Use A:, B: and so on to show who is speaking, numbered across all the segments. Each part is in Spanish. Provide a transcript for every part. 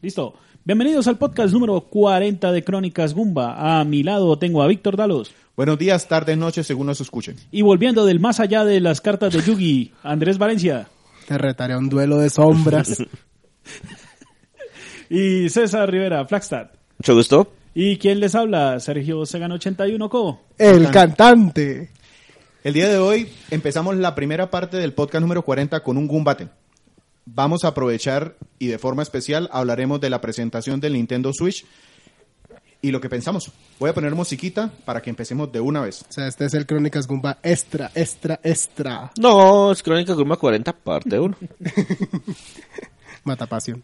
A: Listo. Bienvenidos al podcast número 40 de Crónicas Gumba. A mi lado tengo a Víctor Dalos.
B: Buenos días, tardes, noches, según nos escuchen.
A: Y volviendo del más allá de las cartas de Yugi, Andrés Valencia.
C: Te retaré a un duelo de sombras.
A: y César Rivera, Flagstad.
D: Mucho gusto.
A: ¿Y quién les habla? Sergio Segan 81 Co.
C: El cantante.
B: El día de hoy empezamos la primera parte del podcast número 40 con un gumbate. Vamos a aprovechar y de forma especial hablaremos de la presentación del Nintendo Switch y lo que pensamos. Voy a poner musiquita para que empecemos de una vez.
C: O sea, este es el Crónicas Gumba extra, extra, extra.
D: No, es Crónica Gurma 40, parte 1.
C: Mata pasión.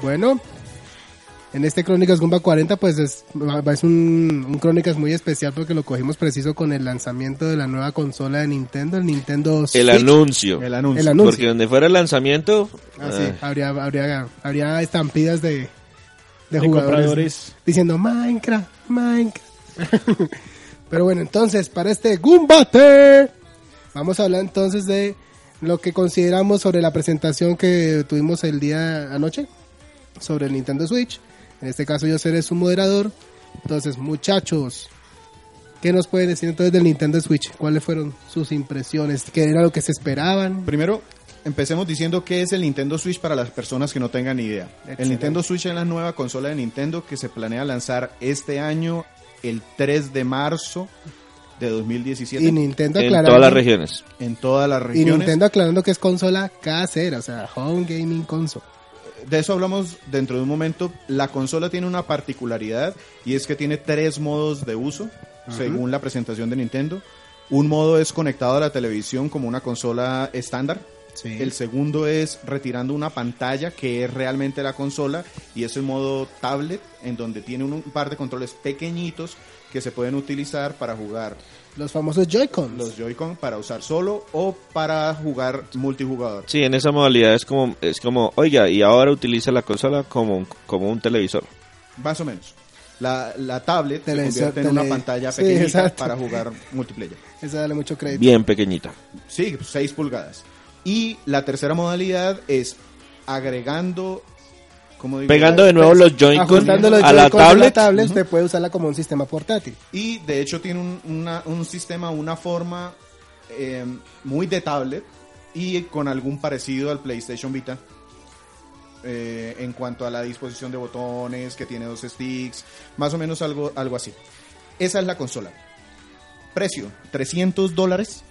C: Bueno, en este Crónicas Gumba 40 pues es, es un, un Crónicas muy especial porque lo cogimos preciso con el lanzamiento de la nueva consola de Nintendo, el Nintendo Switch.
D: El anuncio.
B: El anuncio.
C: El anuncio.
D: Porque donde fuera el lanzamiento,
C: Ah, sí,
D: ah,
C: habría, habría, habría estampidas de, de
A: De
C: jugadores
A: compradores.
C: diciendo Minecraft, Minecraft. Pero bueno, entonces, para este Gumbate, vamos a hablar entonces de lo que consideramos sobre la presentación que tuvimos el día anoche sobre el Nintendo Switch. En este caso, yo seré su moderador. Entonces, muchachos, ¿qué nos pueden decir entonces del Nintendo Switch? ¿Cuáles fueron sus impresiones? ¿Qué era lo que se esperaban?
D: Pues,
B: Primero, empecemos diciendo qué es el Nintendo Switch para las personas que no tengan ni idea. El
C: Excelente.
B: Nintendo Switch es la nueva consola de Nintendo que se planea lanzar este año, el 3 de marzo de 2017,
C: Y Nintendo
D: en
C: aclarando-
D: todas las regiones.
B: en todas las
C: Y
B: regiones.
C: Nintendo aclarando que es consola casera, o sea, home gaming console.
B: De eso hablamos dentro de un momento. La consola tiene una particularidad y es que tiene tres modos de uso, según la presentación de Nintendo. Un modo es conectado a la televisión como una consola estándar.
C: Sí.
B: El segundo es retirando una pantalla que es realmente la consola y es el modo tablet en donde tiene un, un par de controles pequeñitos que se pueden utilizar para jugar
C: Los famosos Joy-Cons.
B: los Joy-Con para usar solo o para jugar multijugador.
D: Sí, en esa modalidad es como, es como, oiga, y ahora utiliza la consola como un, como un televisor.
B: Más o menos. La, la tablet se
C: Televisor,
B: convierte en
C: tele-
B: una pantalla
C: sí,
B: pequeñita
C: exacto.
B: para jugar multiplayer.
C: Eso dale mucho crédito.
D: Bien pequeñita.
B: Sí, 6 pulgadas. Y la tercera modalidad es agregando... ¿cómo digo?
D: Pegando de nuevo los Joy-Con
C: pues, Ajustando los
D: a la
C: Joy-Cons
D: tablet.
C: usted puede usarla como un sistema portátil.
B: Y de hecho tiene un, una- un sistema, una forma eh, muy de tablet y con algún parecido al PlayStation Vita. eh, en cuanto a la disposición de botones, que tiene dos sticks, más o menos algo, algo así. Esa es la consola. Precio, 300 dólares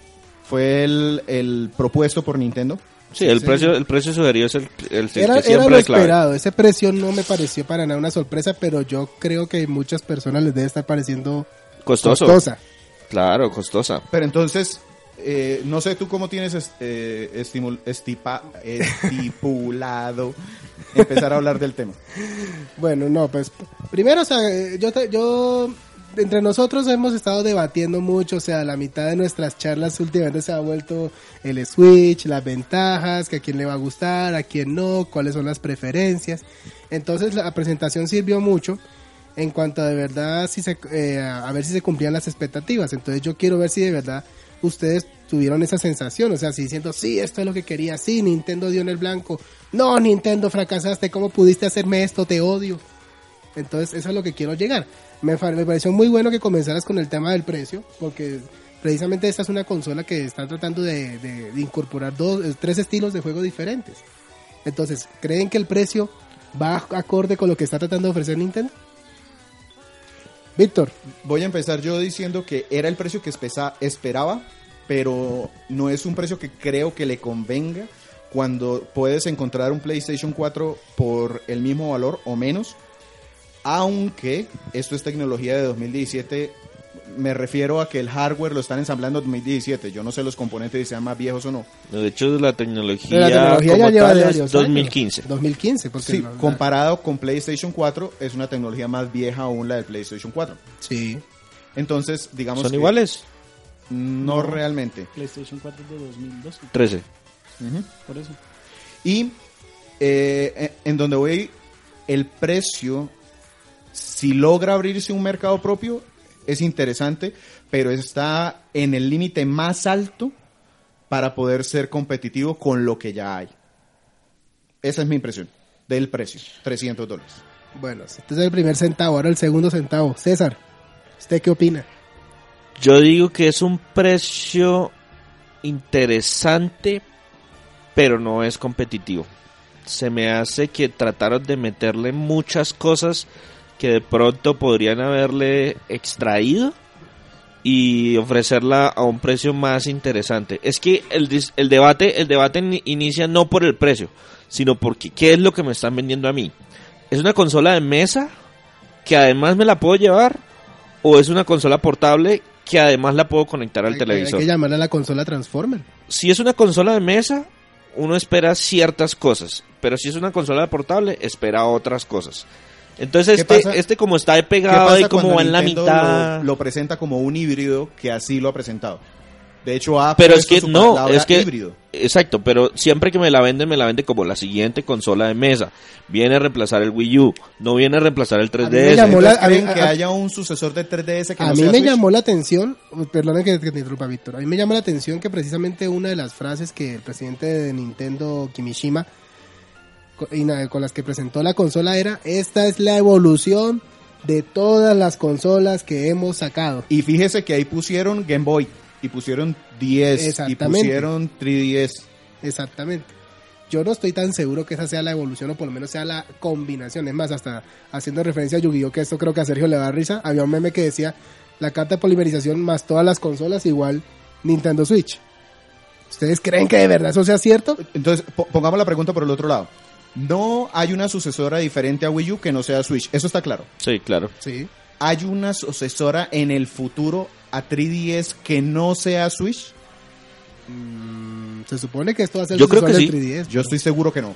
B: fue el, el propuesto por Nintendo.
D: Sí, el
C: Sí.
D: precio, el precio sugerido es el, el que
C: Era, era lo
D: siempre es clave.
C: esperado. Ese precio no me pareció para nada una sorpresa, pero yo creo que muchas personas les debe estar pareciendo
D: Costoso.
C: costosa.
D: Claro, costosa.
B: Pero entonces, eh, no sé tú cómo tienes est- eh, estimul- estipa- estipulado empezar a hablar del tema.
C: Bueno, no, pues primero, o sea, eh, yo, te- yo, entre nosotros hemos estado debatiendo mucho, o sea, la mitad de nuestras charlas últimamente se ha vuelto el Switch, las ventajas, que a quién le va a gustar, a quién no, cuáles son las preferencias. Entonces la presentación sirvió mucho en cuanto a de verdad si se, eh, a a ver si se cumplían las expectativas. Entonces yo quiero ver si de verdad ustedes tuvieron esa sensación, o sea, si diciendo, sí, esto es lo que quería, sí, Nintendo dio en el blanco, no, Nintendo, fracasaste, ¿cómo pudiste hacerme esto? Te odio. Entonces, eso es lo que quiero llegar. Me, fa- me pareció muy bueno que comenzaras con el tema del precio, porque precisamente esta es una consola que está tratando de, de- de incorporar dos, eh, tres estilos de juego diferentes. Entonces, ¿creen que el precio va acorde con lo que está tratando de ofrecer Nintendo? Víctor,
B: Voy a empezar yo diciendo que era el precio que espesa- esperaba, pero no es un precio que creo que le convenga cuando puedes encontrar un PlayStation 4 por el mismo valor o menos. Aunque esto es tecnología de 2017, me refiero a que el hardware lo están ensamblando en 2017. Yo no sé los componentes si sean más viejos o no.
D: De hecho, la tecnología,
C: la tecnología
D: como
C: ya lleva
D: tal es
C: varios años.
D: 2015.
C: 2015, porque
B: Sí,
C: no-
B: comparado con PlayStation 4, es una tecnología más vieja aún la del PlayStation 4.
C: sí.
B: Entonces, digamos
D: ¿Son
B: que-
D: iguales?
B: No realmente.
A: PlayStation 4 de 2012,
D: 13.
A: por eso.
B: Y eh, eh, en donde voy, el precio, si logra abrirse un mercado propio, es interesante, pero está en el límite más alto para poder ser competitivo con lo que ya hay. Esa es mi impresión del precio, 300 dólares.
C: Bueno, este es el primer centavo, ahora el segundo centavo. César, ¿usted qué opina?
D: Yo digo que es un precio interesante, pero no es competitivo. Se me hace que trataron de meterle muchas cosas que de pronto podrían haberle extraído y ofrecerla a un precio más interesante. Es que el, dis- el debate, el debate ni- inicia no por el precio, sino porque qué es lo que me están vendiendo a mí. ¿Es una consola de mesa que además me la puedo llevar o es una consola portable que además la puedo conectar al
C: Hay-
D: televisor?
C: Hay que llamarla la consola Transformer.
D: si es una consola de mesa, uno espera ciertas cosas, pero si es una consola portable, espera otras cosas. Entonces
B: ¿Qué
D: este,
B: pasa?
D: este como está
B: ¿Qué
D: pegado ahí
B: pasa
D: como
B: cuando
D: va en la
B: Nintendo
D: mitad.
B: Lo, lo presenta como un híbrido que así lo ha presentado. De hecho, ha
D: pero es
B: puesto su
D: que no,
B: palabra
D: es que
B: híbrido.
D: exacto, pero siempre que me la venden me la vende como la siguiente consola de mesa. Viene a reemplazar el Wii U, no viene a reemplazar el
C: llamó
D: 3DS.
C: la-
B: Entonces,
C: a mí-
B: ¿creen que
C: a-
B: haya un sucesor de 3DS que
C: A
B: no
C: mí
B: sea
C: me
B: Switch?
C: llamó la atención, perdona que, que te interrumpa Víctor, a mí me llamó la atención que precisamente una de las frases que el presidente de Nintendo Kimishima co- y na- con las que presentó la consola era, esta es la evolución de todas las consolas que hemos sacado.
B: Y fíjese que ahí pusieron Game Boy, y pusieron 10, y
C: Exactamente.
B: pusieron 3DS.
C: Exactamente. Yo no estoy tan seguro que esa sea la evolución o por lo menos sea la combinación. Es más, hasta haciendo referencia a Yu-Gi-Oh, que esto creo que a Sergio le da risa, había un meme que decía la carta de polimerización más todas las consolas igual Nintendo Switch. ¿Ustedes creen que de verdad eso sea cierto?
B: Entonces, po- pongamos la pregunta por el otro lado. No hay una sucesora diferente a Wii U que no sea Switch, eso está claro.
D: Sí, claro.
C: Sí.
B: ¿Hay una sucesora en el futuro a 3DS que no sea Switch?
C: Mm, Se supone que esto va a ser
D: Yo creo que
C: sucesor
D: sí.
C: del 3DS.
B: Yo estoy seguro que no.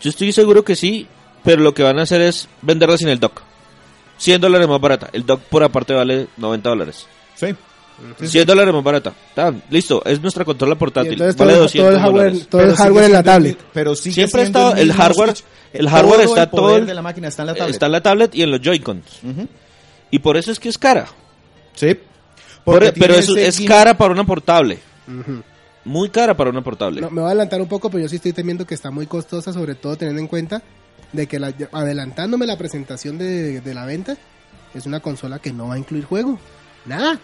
D: Yo estoy seguro que sí, pero lo que van a hacer es venderla sin el dock. 100 dólares más barata. El dock por aparte vale 90 dólares.
B: Sí. Sí, sí.
D: 100 dólares más barata. Tan, listo, es nuestra controla
C: Y
D: portátil.
C: entonces
D: Vale
C: todo, todo
D: 200
C: el hardware,
D: dólares.
C: todo el
B: Pero sigue
C: hardware en la
B: siendo el mi-
C: tablet.
B: Pero sigue
D: Siempre ha
B: siendo
D: estado- el
B: mismo
D: hardware-
B: Switch.
D: el hardware está
B: el poder
D: todo el- eh,
B: de la máquina está en la tablet.
D: Está en la tablet y en los Joy-Cons.
B: Ujú.
D: Y por eso es que es cara.
B: Sí.
D: Por- e-
B: Porque
D: pero
B: tiene
D: eso
B: ese
D: es
B: gimmick.
D: cara para una portable.
C: Ujú.
D: Muy cara para una portable.
C: No, me voy a adelantar un poco, pero yo sí estoy temiendo que está muy costosa, sobre todo teniendo en cuenta de que la- adelantándome la presentación de, de la venta, es una consola que no va a incluir juego. Nada.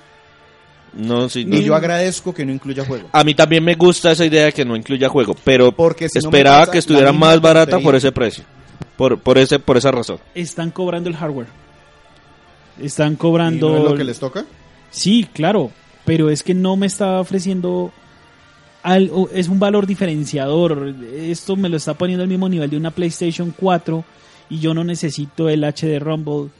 D: No, sí,
B: Y
D: no.
B: yo agradezco que no incluya juego.
D: A mí también me gusta esa idea de que no incluya juego, pero
B: Porque si no me
D: esperaba
B: pasa
D: que
B: la
D: estuviera
B: misma
D: más barata
B: tontería.
D: por ese precio. Por, por, ese, por esa razón.
A: Están cobrando el hardware. Están
B: ¿Y no
A: cobrando...
B: es lo que les toca?
A: Sí, claro, pero es que no me está ofreciendo algo, es un valor diferenciador. Esto me lo está poniendo al mismo nivel de una PlayStation 4 y yo no necesito el HD Rumble,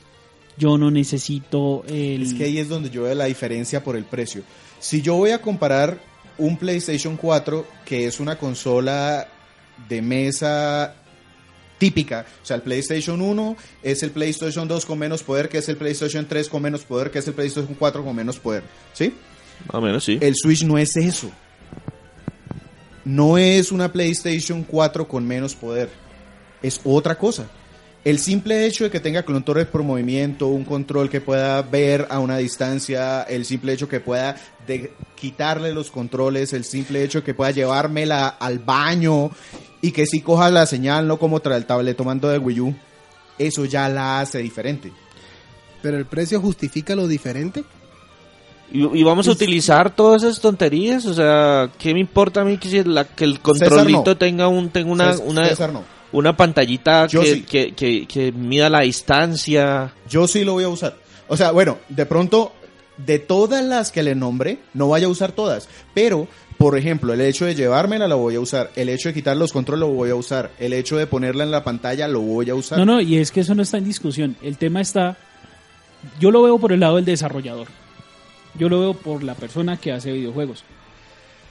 A: yo no necesito el
B: Es que ahí es donde yo veo la diferencia por el precio. Si yo voy a comparar un PlayStation 4 que es una consola de mesa típica. O sea, el PlayStation 1 es el PlayStation 2 con menos poder, que es el PlayStation 3 con menos poder, que es el PlayStation 4 con menos poder. ¿Sí?
D: Más o menos, sí.
B: El Switch no es eso. No es una PlayStation 4 con menos poder. Es otra cosa. El simple hecho de que tenga controles por movimiento, un control que pueda ver a una distancia, el simple hecho que pueda de- quitarle los controles, el simple hecho que pueda llevármela al baño y que si coja la señal, no como tras el tabletomando de Wii U, eso ya la hace diferente.
C: Pero el precio justifica lo diferente.
D: Y, y vamos a utilizar todas esas tonterías. O sea, ¿qué me importa a mí que, si la- que el controlito
B: no.
D: tenga, un, tenga una,
B: Cés-
D: una,
B: César no.
D: una pantallita
B: Yo
D: que,
B: sí.
D: que, que, que mida la distancia?
B: Yo sí lo voy a usar. O sea, bueno, de pronto, de todas las que le nombre, no vaya a usar todas. Pero, por ejemplo, el hecho de llevármela la voy a usar. El hecho de quitar los controles lo voy a usar. El hecho de ponerla en la pantalla lo voy a usar.
A: No, no, y es que eso no está en discusión. El tema está, yo lo veo por el lado del desarrollador. Yo lo veo por la persona que hace videojuegos.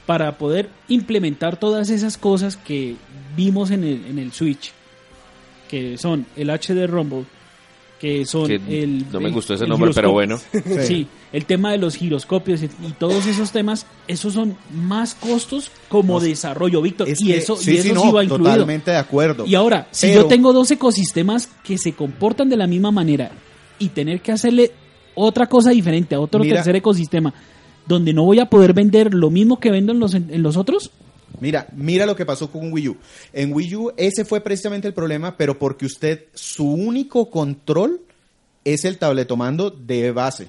A: Para poder implementar todas esas cosas que vimos en el, en el Switch, que son el HD Rumble, que son
D: Que
A: el...
D: no me
A: el-
D: gustó ese
A: el
D: nombre, pero
A: giroscopio.
D: bueno.
B: Sí.
A: Sí, el tema de los giroscopios y y todos esos temas, esos son más costos como desarrollo, Víctor.
B: Es
A: Y
B: que-
A: eso,
B: sí,
A: y eso
B: sí,
A: sí,
B: no,
A: va incluido.
B: totalmente de acuerdo.
A: Y ahora, si
B: Pero-
A: yo tengo dos ecosistemas que se comportan de la misma manera y tener que hacerle otra cosa diferente a otro
B: Mira.
A: tercer ecosistema, donde no voy a poder vender lo mismo que vendo en los, en los otros,
B: Mira, mira lo que pasó con Wii U. En Wii U ese fue precisamente el problema, pero porque usted su único control es el tabletomando de base.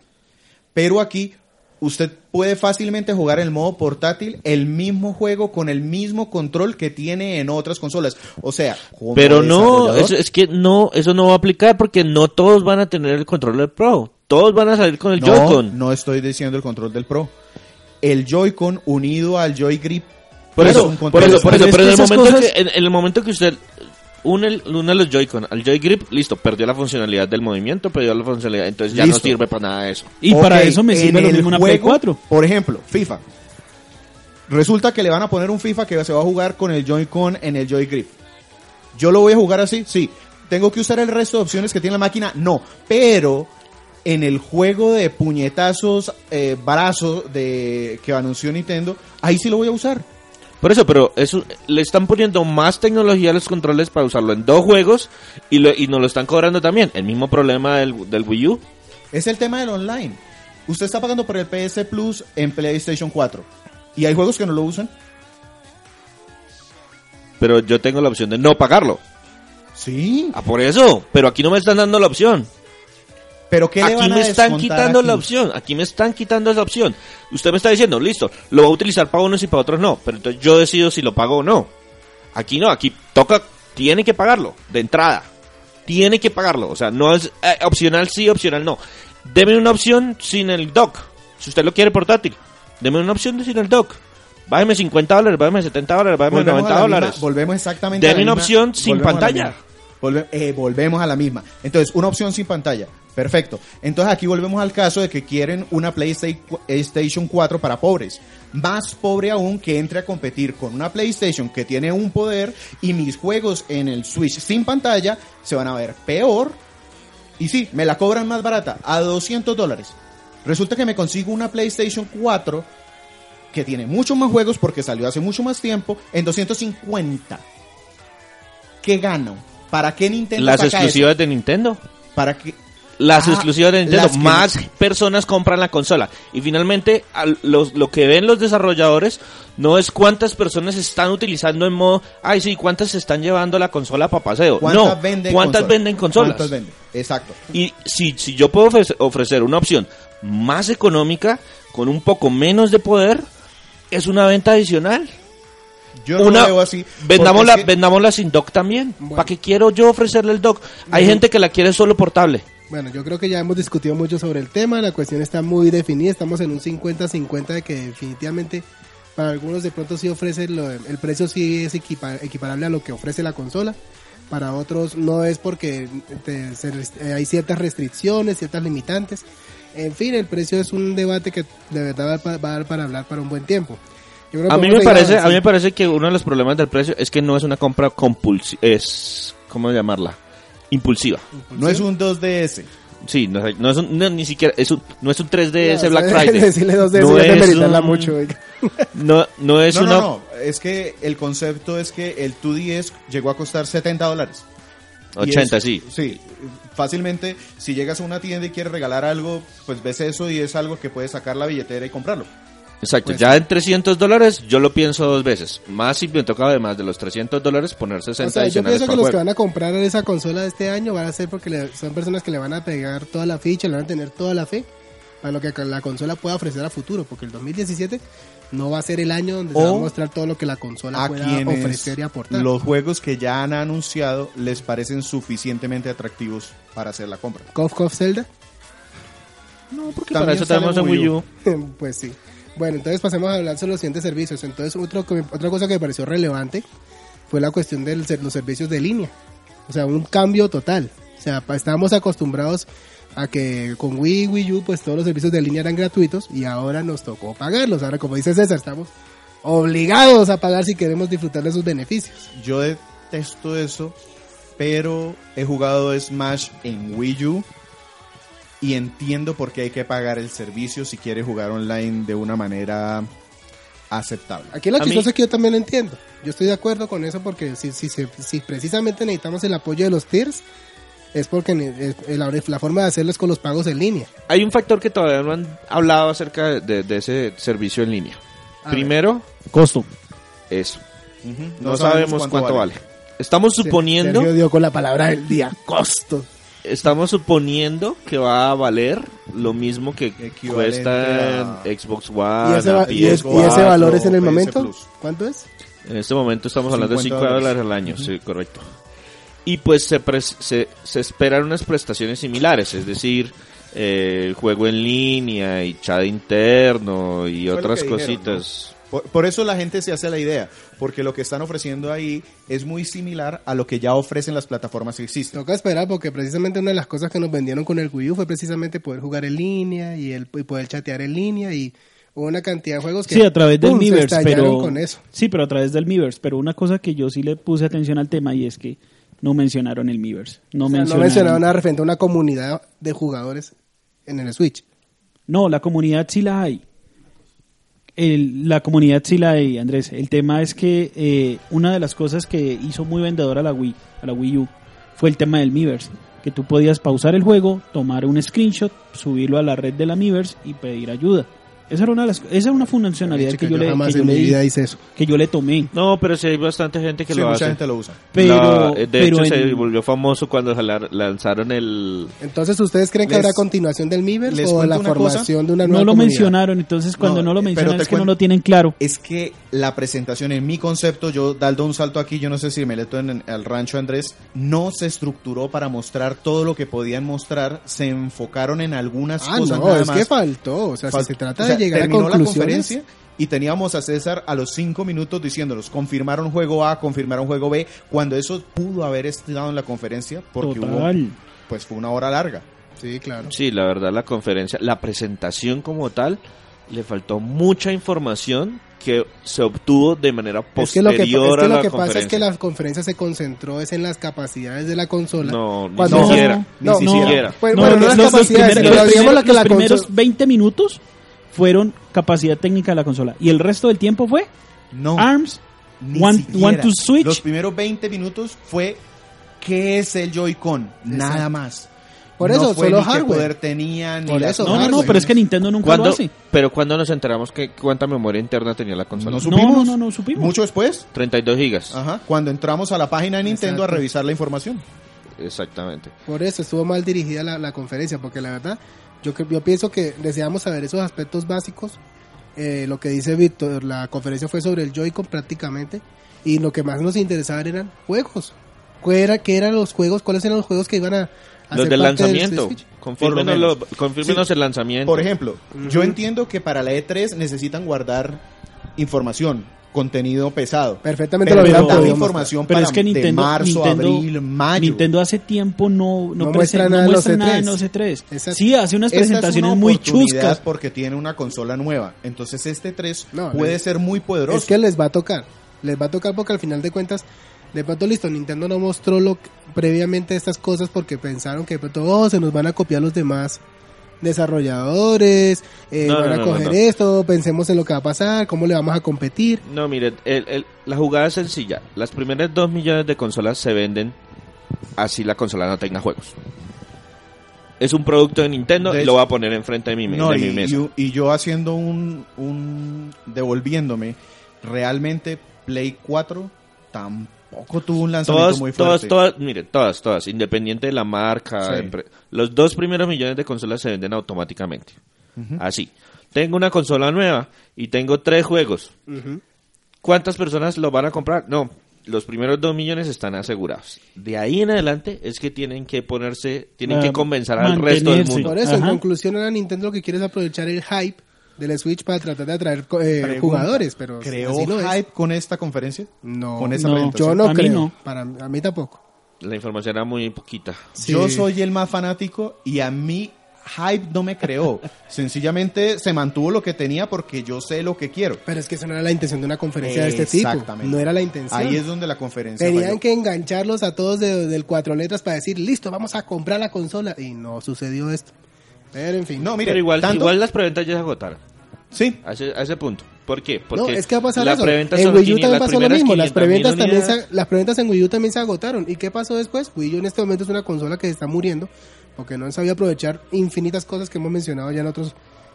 B: Pero aquí usted puede fácilmente jugar en el modo portátil el mismo juego con el mismo control que tiene en otras consolas. O sea, como
D: Pero no,
B: desarrollador-
D: eso- es que no, eso no va a aplicar porque no todos van a tener el control del Pro. Todos van a salir con el
B: no,
D: Joy-Con.
B: no estoy diciendo el control del Pro. El Joy-Con unido al Joy Grip.
D: Por
B: es
D: eso,
B: un
D: por
B: control.
D: eso, por
A: Pero
D: eso,
A: es que
D: pero en el
A: esas
D: momento
A: cosas-
D: que, en, en el momento que usted une, el- une los Joy-Con al Joy Grip, listo, perdió la funcionalidad del movimiento, perdió la funcionalidad, entonces ya no
B: Listo.
D: sirve para nada eso.
A: y para
B: Ok,
A: eso me
B: en
A: sirve lo
B: el
A: mismo una
B: juego,
A: Play 4.
B: Por ejemplo, FIFA. Resulta que le van a poner un FIFA que se va a jugar con el Joy-Con en el Joy Grip. ¿Yo lo voy a jugar así? Sí. ¿Tengo que usar el resto de opciones que tiene la máquina? No. Pero en el juego de puñetazos, eh, brazos de, que anunció Nintendo, ahí sí lo voy a usar.
D: Por eso, pero eso le están poniendo más tecnología a los controles para usarlo en dos juegos y, lo- y nos lo están cobrando también. El mismo problema del, del Wii U.
B: Es el tema del online. Usted está pagando por el PS Plus en PlayStation 4. Y hay juegos que no lo usan.
D: Pero yo tengo la opción de no pagarlo.
B: Sí.
D: Ah, por eso. Pero aquí no me están dando la opción.
B: Pero ¿qué le
D: Aquí
B: van a
D: me están
B: descontar
D: quitando la
B: aquí?
D: opción. Aquí me están quitando esa opción. Usted me está diciendo, listo, lo va a utilizar para unos y para otros no. Pero entonces yo decido si lo pago o no. Aquí no, aquí toca, tiene que pagarlo, de entrada. Tiene que pagarlo. O sea, no es eh, opcional sí, opcional no. Deme una opción sin el dock. Si usted lo quiere portátil, deme una opción de sin el dock. Bájeme 50 dólares, bájeme 70 dólares, bájeme
B: Volvemos
D: 90
B: a la
D: dólares.
B: misma- volvemos exactamente
D: Deme
B: a la
D: una
B: misma-
D: opción
B: volvemos
D: sin
B: a la
D: pantalla.
B: misma. Volve- eh, volvemos a la misma. Entonces, una opción sin pantalla. Perfecto. Entonces, aquí volvemos al caso de que quieren una PlayStation cu- PlayStation 4 para pobres. Más pobre aún que entre a competir con una PlayStation que tiene un poder y mis juegos en el Switch sin pantalla se van a ver peor. Y sí, me la cobran más barata, a 200 dólares. Resulta que me consigo una PlayStation 4 que tiene muchos más juegos porque salió hace mucho más tiempo, en 250. ¿Qué gano? ¿Para qué Nintendo
D: Las
B: saca
D: exclusivas de Nintendo.
B: eso? ¿Para qué?
D: Las
B: Ah,
D: exclusivas de Nintendo.
B: las que-
D: Más personas compran la consola. Y finalmente, al- los- lo que ven los desarrolladores no es cuántas personas están utilizando en modo. Ay, sí, cuántas se están llevando la consola para paseo.
B: ¿Cuántas
D: no,
B: venden
D: cuántas
B: consolas?
D: venden consolas.
B: ¿Cuántas venden? Exacto.
D: Y si, si yo puedo ofrece- ofrecer una opción más económica, con un poco menos de poder, es una venta adicional.
B: Yo no
D: una,
B: lo veo así.
D: Vendámosla,
B: porque es que-
D: vendámosla sin dock también.
C: Bueno.
D: ¿Para qué quiero yo ofrecerle el dock? Hay
C: Ujú.
D: gente que la quiere solo portable.
C: Bueno, yo creo que ya hemos discutido mucho sobre el tema, la cuestión está muy definida, estamos en un 50-50 de que definitivamente para algunos de pronto sí ofrece, lo- el precio sí es equipa- equiparable a lo que ofrece la consola, para otros no es porque te- se rest- eh, hay ciertas restricciones, ciertas limitantes, en fin, el precio es un debate que de verdad va, pa- va a dar para hablar para un buen tiempo. Yo creo que
D: A mí
C: vamos
D: me
C: ir
D: parece, a mí
C: avanzando.
D: me parece que uno de los problemas del precio es que no es una compra compulsiva, es ¿cómo llamarla? Impulsiva.
B: No es un 2DS.
D: Sí, no, es- no es un, no, ni siquiera es un, no es un 3DS
C: Ya,
D: Black
C: o sea,
D: Friday.
C: Decirle dos de
D: no,
C: no
D: es
C: meritarla
D: un-
C: mucho. oiga.
D: no no es
B: No,
D: una
B: no, no. Es que el concepto es que el 2DS llegó a costar 70 dólares. Y
D: 80,
B: es-
D: sí.
B: Sí, fácilmente, si llegas a una tienda y quieres regalar algo, pues ves eso y es algo que puedes sacar la billetera y comprarlo.
D: Exacto,
B: Pues
D: ya en 300 dólares yo lo pienso dos veces. Más si me toca además de los 300 dólares poner 60
C: O sea, yo
D: adicionales
C: pienso que
D: por
C: los que
D: juego.
C: van a comprar esa consola de este año van a ser porque le- son personas que le van a pegar toda la ficha, le van a tener toda la fe para lo que la consola pueda ofrecer a futuro, porque el 2017 no va a ser el año donde se va a
B: O
C: mostrar todo lo que la consola
B: a
C: pueda
B: quienes
C: ofrecer y aportar.
B: los juegos que ya han anunciado les parecen suficientemente atractivos para hacer la compra.
C: Cof Cof Zelda,
D: No, porque
B: También
D: para eso
B: sale
D: tenemos
B: en
D: en Wii U.
C: pues sí. Bueno, entonces pasemos a hablar sobre los siguientes servicios. Entonces, otro, que- otra cosa que me pareció relevante fue la cuestión de los servicios de línea. O sea, un cambio total. O sea, pa- estábamos acostumbrados a que con Wii, Wii U, pues todos los servicios de línea eran gratuitos y ahora nos tocó pagarlos. Ahora, como dice César, estamos obligados a pagar si queremos disfrutar de sus beneficios.
B: Yo detesto eso, pero he jugado Smash en Wii U y entiendo por qué hay que pagar el servicio si quieres jugar online de una manera aceptable.
C: Aquí la
D: A mí-
C: chistosa es que yo también lo entiendo. Yo estoy de acuerdo con eso porque si, si, se- si precisamente necesitamos el apoyo de los tiers, es porque ne- es- la, la forma de hacerlo es con los pagos en línea.
D: Hay un factor que todavía no han hablado acerca de, de ese servicio en línea.
C: A
D: Primero,
A: Costo.
D: eso. No, sabemos cuánto, vale. Estamos
C: Se-
D: suponiendo,
C: Sergio dio con la palabra del día, costo.
D: estamos suponiendo que va a valer lo mismo que
B: Equivalente
D: cuesta
B: a-
D: en Xbox
C: ¿Y
D: One,
C: ese,
D: a
C: va- y es-
D: PS4.
C: y ese valor es en el
B: PS
C: momento?
B: Plus.
C: ¿Cuánto es?
D: En este momento estamos hablando de 5
B: 50 dólares.
D: dólares al año, sí, correcto. Y pues se, pres- se, se esperan unas prestaciones similares, es decir, eh, juego en línea y chat interno y
B: Fue lo
D: otras
B: que dijeron,
D: cositas.
B: Por, por eso la gente se hace la idea, porque lo que están ofreciendo ahí es muy similar a lo que ya ofrecen las plataformas que existen.
C: Toca esperar porque precisamente una de las cosas que nos vendieron con el Wii U fue precisamente poder jugar en línea y, el, y poder chatear en línea y hubo una cantidad de juegos que
A: Sí, a través del
C: ¡pum! se
A: Miiverse,
C: estallaron
A: pero
C: con eso.
A: Sí, pero a través del Miiverse, pero una cosa que yo sí le puse atención al tema y es que no mencionaron el Miiverse, no
C: O sea, no
A: mencionaron.
C: mencionaron nada referente a una comunidad de jugadores en el Switch.
A: No, la comunidad sí la hay. El- la comunidad sí la hay, Andrés. El tema es que eh, una de las cosas que hizo muy vendedora a la Wii, a la Wii U, fue el tema del Miiverse. Que tú podías pausar el juego, tomar un screenshot, subirlo a la red de la Miiverse y pedir ayuda. Esa era una, de las- esa era una funcionalidad que, yo, le,
C: jamás
A: que yo
C: en mi
A: le di-
C: vida hice eso.
A: que yo le tomé.
D: No, pero sí hay bastante gente que
B: Sí,
D: lo
B: mucha
D: hace.
B: gente lo usa.
A: Pero,
D: La- de
A: pero
D: hecho, se
A: en-
D: volvió famoso cuando jala- lanzaron el...
C: Entonces, ¿ustedes creen que
B: Les-
C: habrá continuación del Miiverse
B: les
C: o
B: cuento
C: la
B: una cosa.
C: formación de una
A: no
C: nueva
A: lo
C: comunidad?
A: mencionaron, entonces cuando no,
B: No,
A: lo
B: eh, pero
A: mencionan
B: te
A: es que no
B: cuento-
A: lo tienen claro.
B: Es que la presentación, en mi concepto, yo dando un salto aquí, yo no sé si me meto en, en- al rancho Andrés, no se estructuró para mostrar todo lo que podían mostrar, se enfocaron en algunas
C: Ah,
B: cosas
C: no,
B: nada
C: es
B: más.
C: que faltó. O sea,
B: Fal-
C: si se trata
B: o sea,
C: de llegar a
B: terminó la
C: conclusiones...
B: conferencia y teníamos a César a los cinco minutos diciéndonos confirmaron juego A, confirmaron juego B, cuando eso pudo haber estado en la conferencia porque
A: Total.
B: hubo, pues fue una hora larga.
C: Sí, claro.
D: Sí, la verdad la conferencia, la presentación como tal, le faltó mucha información que se obtuvo de manera
C: Es que lo
D: posterior
C: que, es que,
D: a la
C: lo que pasa
D: conferencia.
C: es que la conferencia se concentró es en las capacidades de la consola.
D: No, ni
C: Cuando-
D: siquiera,
C: No,
D: ni
C: no.
D: siquiera.
C: Pues,
A: No,
C: bueno,
A: los-
C: no
A: los-
C: las
A: los
C: capacidades,
A: primeros-
C: pero
A: los
C: digamos la
A: primeros-
C: que la
A: los primeros
C: consola...
A: 20 minutos fueron capacidad técnica de la consola y el resto del tiempo fue
B: No,
A: ARMS.
B: ni
A: One-
B: siquiera.
A: One to Switch.
B: Los primeros 20 minutos fue ¿qué es el Joy-Con? Nada
C: Exacto.
B: más.
C: Por
B: No
C: eso,
B: fue
C: solo
B: ni qué
C: hardware.
B: poder tenía, ni
C: Por
B: las
C: eso,
A: No, no,
B: cosas.
A: no, pero es que Nintendo nunca
D: ¿Cuándo-
A: lo hace.
D: pero cuando nos enteramos que cuánta memoria interna tenía la consola.
B: No Ah.
A: No, no,
B: supimos.
A: no, no supimos.
B: Mucho después,
D: 32 gigas.
B: ajá, cuando entramos a la página de Nintendo
C: Exacto.
B: a revisar la información.
D: Exactamente.
C: Por eso estuvo mal dirigida la, la conferencia, porque la verdad, yo, cre- yo pienso que deseamos saber esos aspectos básicos. Eh, lo que dice Víctor, la conferencia fue sobre el Joy-Con prácticamente, y lo que más nos interesaba eran juegos. ¿Qué, era, qué eran los juegos? ¿Cuáles eran los juegos que iban a, a
D: Los
C: ser
D: del
C: parte del
D: lanzamiento.
C: Switch?
D: Confírmenos,
B: Por lo menos.
D: lo- confírmenos
B: Sí.
D: el lanzamiento.
B: E Por ejemplo, yo entiendo que para la E3 necesitan guardar información contenido pesado.
C: Perfectamente
B: Pero
C: lo hubieran
B: tanta
C: podido
B: información
A: Pero
B: para
A: es que
B: de
A: Nintendo,
B: marzo,
A: Nintendo,
B: abril, mayo.
A: Nintendo hace tiempo no, no,
C: No
A: presen-
C: muestra
A: no
C: nada en los
A: muestra nada en
C: E3.
A: los E3.
C: Exacto.
A: Sí, hace unas
B: Esta es una
A: presentaciones muy
B: oportunidad
A: chuscas.
B: porque tiene una consola nueva. Entonces este 3
C: No,
B: puede
C: es-
B: ser muy poderoso.
C: Es que les va a tocar. Les va a tocar porque al final de cuentas, de pronto listo, Nintendo no mostró lo que- previamente estas cosas porque pensaron que de pronto oh, se nos van a copiar los demás desarrolladores, eh,
D: No, no,
C: van a
D: no, no,
C: coger
D: no.
C: esto, pensemos en lo que va a pasar, cómo le vamos a competir.
D: No, miren, el- el- la jugada es sencilla. Las primeras 2 millones de consolas se venden así la consola no tenga juegos. Es un producto de Nintendo
B: De
D: y
B: hecho-
D: lo voy a poner enfrente de mi, me-
B: No,
D: de
B: y,
D: mi mesa.
B: y- y yo haciendo un, un- devolviéndome, realmente Play 4 tampoco tuvo un lanzamiento
D: Todas,
B: muy
D: todas,
B: fuerte.
D: todas, miren, todas, todas, independiente de la marca.
B: Sí.
D: empre- Los dos primeros millones de consolas se venden automáticamente. Así. Tengo una consola nueva y tengo tres juegos. ¿Cuántas personas lo van a comprar? No, los primeros dos millones están asegurados. De ahí en adelante es que tienen que ponerse, tienen
A: Ah,
D: que convencer al resto del
A: mantenerse.
D: mundo.
C: Por eso, en
A: Ajá.
C: conclusión, ahora Nintendo lo que quiere es aprovechar el hype de la Switch para tratar de atraer co- eh, Mm,
B: Pregunta,
C: jugadores, pero
B: ¿Creó
C: así no es.
B: hype con esta conferencia?
C: No,
B: con esta
A: no,
C: Yo
B: presentación.
C: no
A: A mí
C: creo,
A: no.
C: para mí- a mí tampoco.
D: La información era muy poquita.
B: Yo
C: Sí.
B: soy el más fanático y a mí hype no me creó. Sencillamente se mantuvo lo que tenía porque yo sé lo que quiero.
C: Pero es que esa no era la intención de una conferencia de este tipo.
B: Exactamente.
C: No era la intención.
B: Ahí es donde la conferencia
C: Tenían
B: falló.
C: que engancharlos a todos de- del cuatro letras para decir, listo, vamos a comprar la consola. Y no sucedió esto. Pero en fin.
B: No, mire,
D: Pero igual,
B: tanto-
D: igual las preventas ya se agotaron.
B: Sí,
D: A ese, a ese punto. ¿Por qué?
C: No,
D: Porque
C: es que va a pasar
D: la
C: eso.
D: preventa
C: En
D: son
C: Wii U
D: 500,
C: también
D: las
C: pasó lo
D: primeras
C: mismo. Las
D: 500.000
C: preventas, también
D: unidades.
C: se- las preventas en Wii U también se agotaron. ¿Y qué pasó después? Wii U en este momento es una consola que está muriendo porque no han sabido aprovechar infinitas cosas que hemos mencionado ya en otros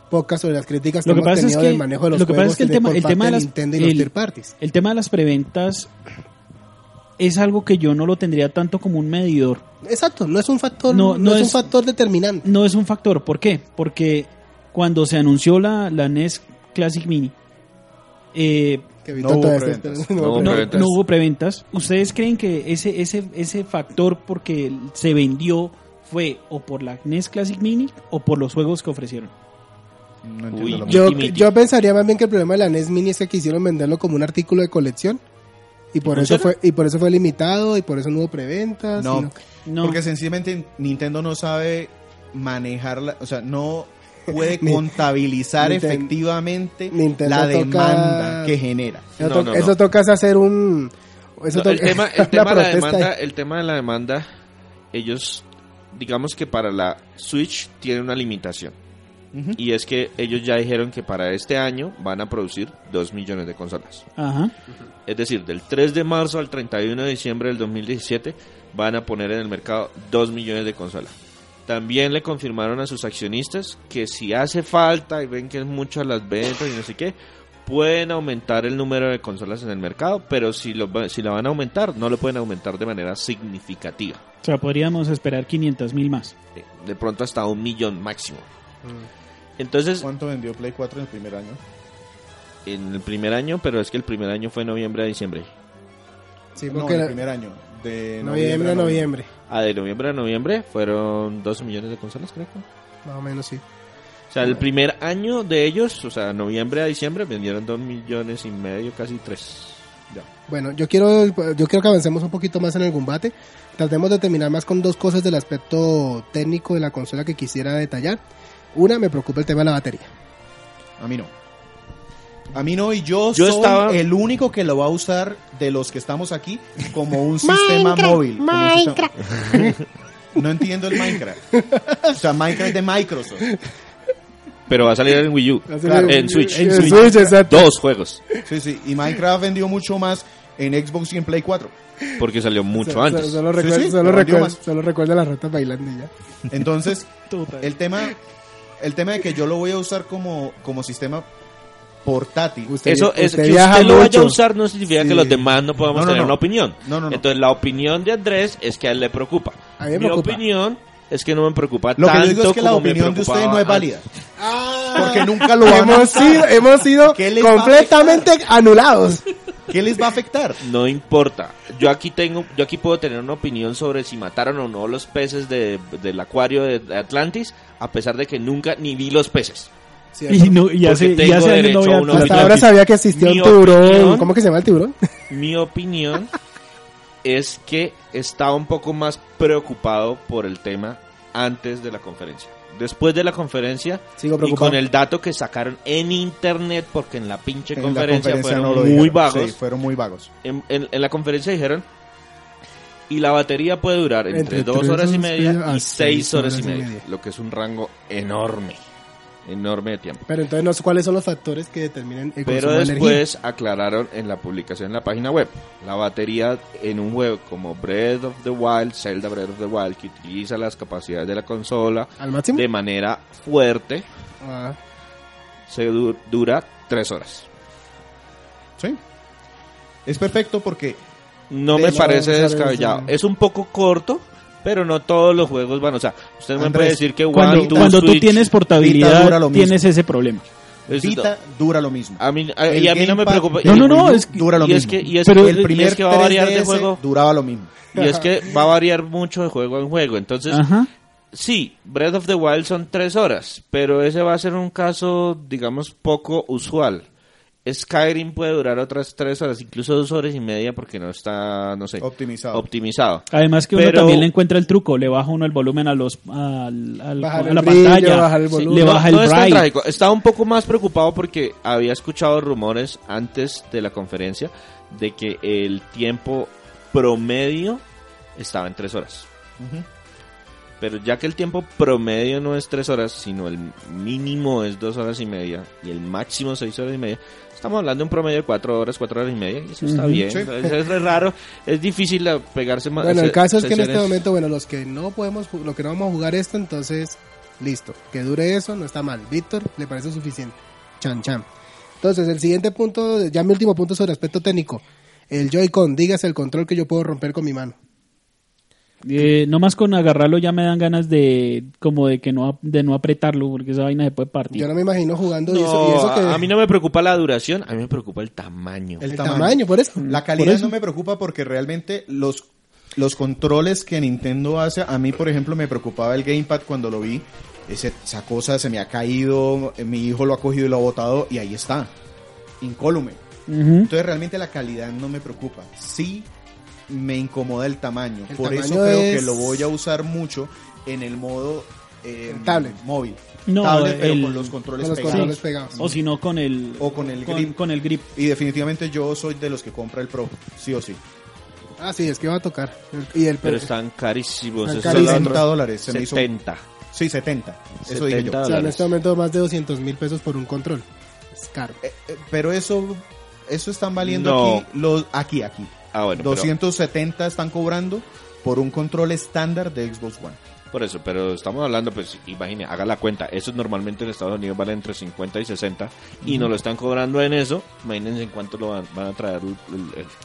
C: podcasts sobre las críticas que,
A: Lo que
C: hemos
A: pasa es
C: tenido
A: que-
C: del manejo de los
A: lo que pasa
C: juegos
A: es que el
C: de-
A: tema-
C: por
A: el
C: parte
A: tema de
C: de
A: las-
C: Nintendo y los
A: el-
C: third parties.
A: El tema de las preventas es algo que yo no lo tendría tanto como un medidor.
C: Exacto, no es un factor,
A: No,
C: no,
A: no
C: es,
A: es-
C: un factor determinante.
A: No es un factor. ¿Por qué? Porque cuando se anunció la, la NES Classic Mini, eh,
C: Que
B: No
C: evitó
B: hubo
C: todo esto.
B: preventas.
C: No hubo
D: No,
A: no,
C: preventas.
D: preventas.
A: no hubo preventas. ¿Ustedes creen que ese, ese, ese factor porque se vendió fue o por la NES Classic Mini o por los juegos que ofrecieron?
B: no
D: Uy,
B: entiendo lo mismo.
D: yo-
C: Yo,
D: Miti, miti.
C: yo pensaría más bien que el problema de la NES Mini es que quisieron venderlo como un artículo de colección y por eso
D: funciona?
C: fue y por eso fue limitado y por eso no hubo preventas.
B: No.
C: y no-
A: No.
B: Porque sencillamente Nintendo no sabe manejarla, o sea, no puede
C: Ni-
B: contabilizar
C: Ninten-
B: efectivamente
C: Nintendo
B: la
C: toca-
B: demanda que genera.
C: Eso,
D: No,
C: to-
D: no,
C: eso
D: no.
C: tocas hacer un eso
D: No,
C: to-
D: el tema, el
C: una
D: tema de la
C: protesta ahí.
D: demanda, el tema de la demanda, ellos, digamos que para la Switch tiene una limitación.
B: Ujú.
D: Y es que ellos ya dijeron que para este año van a producir 2 millones de consolas.
A: Ajá.
D: Es decir, del 3 de marzo al 31 de diciembre del 2017 van a poner en el mercado 2 millones de consolas. También le confirmaron a sus accionistas que si hace falta y ven que es muchas las ventas y no sé qué, pueden aumentar el número de consolas en el mercado, pero si lo, va- si la van a aumentar, no lo pueden aumentar de manera significativa.
A: O sea, podríamos esperar 500 mil más.
D: De- De pronto hasta un millón máximo. Entonces,
B: ¿Cuánto vendió Play 4 en el primer año?
D: en el primer año, pero es que el primer año fue noviembre a diciembre.
C: Sí,
B: no,
C: porque
B: en el
C: la-
B: primer año. De
C: noviembre a noviembre,
D: Ah, de noviembre a noviembre fueron 12 millones de consolas, creo. ¿no?
C: más o menos sí.
D: O sea, el primer año de ellos, o sea, noviembre a diciembre, vendieron 2 millones y medio, casi 3.
C: Bueno, yo quiero yo quiero que avancemos un poquito más en el combate. Tratemos de terminar más con dos cosas del aspecto técnico de la consola que quisiera detallar. Una, me preocupa el tema de la batería.
B: A mí no. A mí no, y yo,
D: Yo
B: soy
D: estaba-
B: el único que lo va a usar de los que estamos aquí como un sistema móvil. como un sistema- no entiendo el Minecraft. O sea, Minecraft de Microsoft.
D: Pero va a salir en Wii U.
B: Claro,
D: en Switch.
C: En
D: En
C: Switch,
D: Switch.
C: exacto.
D: Dos juegos.
B: Sí, sí. Y Minecraft vendió mucho más en Xbox y en Play 4.
D: Porque salió mucho
C: Solo-
D: antes.
C: Solo,
B: Sí,
C: recuerda,
B: sí,
C: solo,
B: lo vendió
C: recuerda,
B: más.
C: solo recuerda las ratas bailando y ya.
B: Entonces,
A: Total.
B: el tema, el tema de que yo lo voy a usar como, como sistema portátil.
C: Usted-
D: Eso es que
C: viaja
D: usted lo vaya a
C: mucho.
D: usar no significa
C: Sí.
D: que los demás no podamos
B: No, no,
D: tener
B: no.
D: una opinión.
B: No, no, no.
D: Entonces la opinión de Andrés es que a él le preocupa.
C: A mí me
D: Mi
C: preocupa.
D: opinión es que no me preocupa
B: Lo que
D: tanto
B: yo digo es que la
D: como me
B: opinión de ustedes no es
D: preocupaba
B: válida.
D: antes.
B: Porque nunca lo van a
C: hemos
B: usar.
C: sido, hemos sido
B: ¿Qué les va a
C: completamente anulados.
B: ¿Qué les va a afectar?
D: No importa. Yo aquí tengo, yo aquí puedo tener una opinión sobre si mataron o no los peces de- del acuario de, de Atlantis, a pesar de que nunca ni vi los peces.
C: ¿cierto?
A: Y, no, y hace,
D: Porque
A: y hace
D: tengo
A: años no
D: derecho
A: voy
D: a
A: a
D: una
A: tratar.
C: Hasta
D: opinión.
C: ahora sabía que existía
D: Mi
C: un tiburón.
D: opinión-
C: ¿Cómo que se llama el tiburón?
D: Mi opinión es que estaba un poco más preocupado por el tema antes de la conferencia. Después de la conferencia
C: Sigo
D: y
C: preocupado.
D: con el dato que sacaron en internet, porque en la pinche
B: En la
D: conferencia,
B: no
D: fueron
B: lo
D: muy
B: dijeron.
D: vagos.
B: Sí, fueron muy vagos.
D: en, en- en la conferencia dijeron y la batería puede durar entre,
C: Entre
D: dos
C: tres
D: horas y
C: horas y
D: media
C: media a
D: y seis horas y
C: seis
D: media,
C: horas y media.
D: lo que es un rango enorme, enorme de tiempo.
C: Pero entonces, no sé ¿cuáles son los factores que determinan el
D: Pero
C: consumo de energía?
D: después aclararon en la publicación en la página web, la batería en un juego como Breath of the Wild, Zelda Breath of the Wild, que utiliza las capacidades de la consola
C: ¿Al máximo?
D: de manera fuerte,
C: Ah,
D: se du- dura tres horas.
B: Sí. Es perfecto porque
D: No
C: De
D: me
C: hecho,
D: parece
C: vamos a ver
D: descabellado.
C: eso.
D: Es un poco corto, pero no todos los juegos van. O sea, usted no me
B: Andrés,
D: puede decir que One,
A: Cuando,
D: Two,
A: cuando tú
D: Switch,
A: tienes
B: dura
A: portabilidad,
B: lo
A: tienes ese problema.
D: es-
B: Vita dura lo mismo.
D: A mí, a-
B: El
D: y a mí no me
B: Gamepad
D: preocupa.
B: de
A: No, no,
D: y-
A: no,
B: Wii U
A: es que-
B: dura lo
D: y es
B: mismo.
D: que, y es
A: Pero
D: que-
B: el
D: y
B: primer
D: es que va a variar de
B: 3DS
D: juego.
B: duraba lo mismo.
D: Y es que va a variar mucho de juego en juego. Entonces,
A: Ajá.
D: sí, Breath of the Wild son tres horas, pero ese va a ser un caso, digamos, poco usual. Skyrim puede durar otras tres horas, incluso dos horas y media, porque no está, no sé,
B: Optimizado.
D: optimizado.
A: Además que uno
D: Pero-
A: también le encuentra el truco, le baja uno el volumen a los al, al-
C: Bajar
A: a
C: el
A: la
C: brillo,
A: pantalla,
C: bajar el
A: sí,
C: volumen.
A: le
D: No,
A: baja
D: no
A: el
D: es tan
A: bright.
D: trágico. Estaba un poco más preocupado porque había escuchado rumores antes de la conferencia de que el tiempo promedio estaba en tres horas. Pero ya que el tiempo promedio no es tres horas, sino el mínimo es dos horas y media y el máximo seis horas y media, estamos hablando de un promedio de cuatro horas, cuatro horas y media. Y eso está
A: Ujú.
D: bien.
B: Sí.
D: o sea, eso es raro, es difícil eh, pegarse más.
C: Bueno, el caso es que en este
D: sesiones.
C: momento, bueno, los que no podemos, ju- lo que no vamos a jugar esto, entonces, listo. Que dure eso, no está mal. Víctor, le parece suficiente. Chan, chan. Entonces, el siguiente punto, ya mi último punto sobre aspecto técnico. El Joy-Con, dígase el control que yo puedo romper con mi mano.
A: Eh, nomás con agarrarlo ya me dan ganas de como de que no ap- de no apretarlo porque esa vaina se puede partir.
C: Yo no me imagino jugando y eso,
D: No,
C: y eso que...
D: a- a mí no me preocupa la duración, a mí me preocupa el tamaño.
C: El, tamaño. por eso.
D: Mm.
B: La
C: Por
B: calidad
C: eso.
B: no me preocupa porque realmente los, los controles que Nintendo hace, a mí por ejemplo me preocupaba el gamepad cuando lo vi, Ese- esa cosa se me ha caído, eh, mi hijo lo ha cogido y lo ha botado y ahí está, incólume.
A: Ujú.
B: Entonces realmente la calidad no me preocupa, sí me incomoda el tamaño,
C: El
B: por eso
C: tamaño
B: creo
C: es-
B: que lo voy a usar mucho en el modo eh,
C: El tablet.
B: móvil,
A: No,
B: tablet pero
A: el-
B: con los controles
C: Con los
B: pegados.
C: controles pegados.
D: Oh,
A: O si no con el
B: O con el grip.
A: con el grip.
B: Y definitivamente yo soy de los que compra el Pro, sí o sí.
C: Ah, sí, es que va a tocar. Y el
D: Pero están carísimos.
C: Están
D: esos son
C: carísimos.
B: 70
D: otros
B: dólares se me hizo
D: 70.
B: Sí, 70. Eso dije yo.
C: O sea, en este
D: dólares.
C: momento más de 200 mil pesos por un control. Es caro.
B: Eh, eh, pero eso eso están valiendo
D: No.
B: aquí, los, aquí, aquí.
D: Ah, bueno, pero-
B: 270 están cobrando por un control estándar de Xbox One.
D: Por eso, pero estamos hablando, pues imagine, haga la cuenta. Eso normalmente en Estados Unidos vale entre 50 y 60. Y nos lo están cobrando en eso. Imagínense en cuánto lo van, van a traer. el-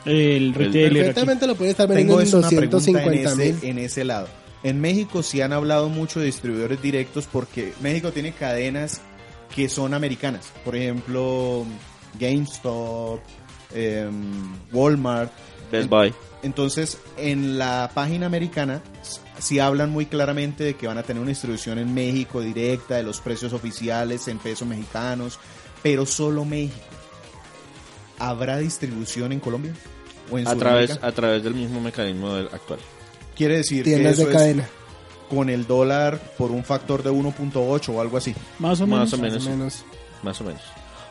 D: el- el-
A: El retailer aquí.
C: Perfectamente lo puede estar vendiendo
B: Tengo
C: en
B: es una pregunta
C: 250
B: en
C: mil.
B: ese, en ese lado. En México sí han hablado mucho de distribuidores directos porque México tiene cadenas que son americanas. Por ejemplo, GameStop, em, Walmart.
D: Best Buy.
B: Entonces, en la página americana s- sí hablan muy claramente de que van a tener una distribución en México directa, de los precios oficiales en pesos mexicanos, pero solo México. ¿Habrá distribución en Colombia? ¿O en
D: A través,
B: Sudamérica?
D: a través del mismo mecanismo del actual.
B: Quiere decir que
C: Tiendas
B: eso
C: de
B: es
C: cadena.
B: con el dólar por un factor de 1.8 o algo así.
A: Más o menos.
D: Más o menos.
C: Más o menos.
D: Más o menos.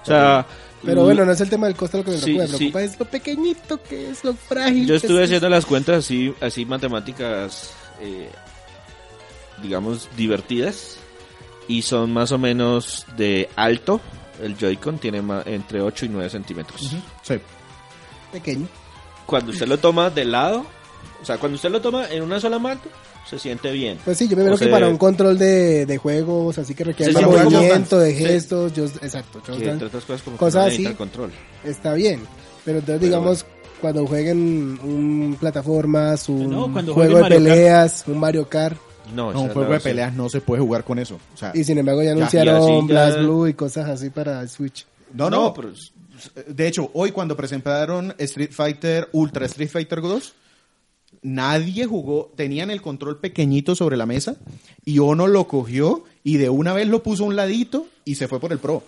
D: O sea.
C: Pero bueno, no es el tema del costo lo que me
D: Sí,
C: preocupa. Me
D: sí.
C: preocupa es lo pequeñito que es, lo frágil.
D: Yo
B: Pues
C: que
D: estuve
C: es.
D: haciendo las cuentas así, así matemáticas, eh, digamos, divertidas. Y son más o menos de alto. El Joy-Con tiene ma- entre 8 y 9 centímetros.
B: Sí.
C: Pequeño.
D: Cuando usted lo toma de lado, o sea, cuando usted lo toma en una sola mano, se siente bien.
C: Pues sí, yo me veo
D: O
C: que
D: sea,
C: para un control de, de juegos, así que requiere
D: Sí,
C: más
D: sí, juegos
C: movimiento, de
D: sí.
C: gestos. Yo, exacto. yo-
D: Que entre otras cosas como que
C: Cosas
D: no
C: así.
D: necesita el control.
C: está bien. Pero entonces, digamos, cuando jueguen un plataformas, un
A: No, cuando
C: juego
A: jueguen
C: de
A: Mario Kart.
C: peleas, un Mario Kart.
D: No,
B: No,
D: esa
B: un
D: es
B: juego
D: la
B: de
D: opción.
B: peleas no se puede jugar con eso. O sea,
C: Y sin embargo, ya
D: Ya, y así
C: anunciaron
D: ya-
C: Blast Blue y cosas así para el Switch.
B: no, no,
D: pero es-
B: De hecho, hoy cuando presentaron Street Fighter Ultra Street Fighter 2, nadie jugó, tenían el control pequeñito sobre la mesa y Ono lo cogió y de una vez lo puso a un ladito y se fue por el pro.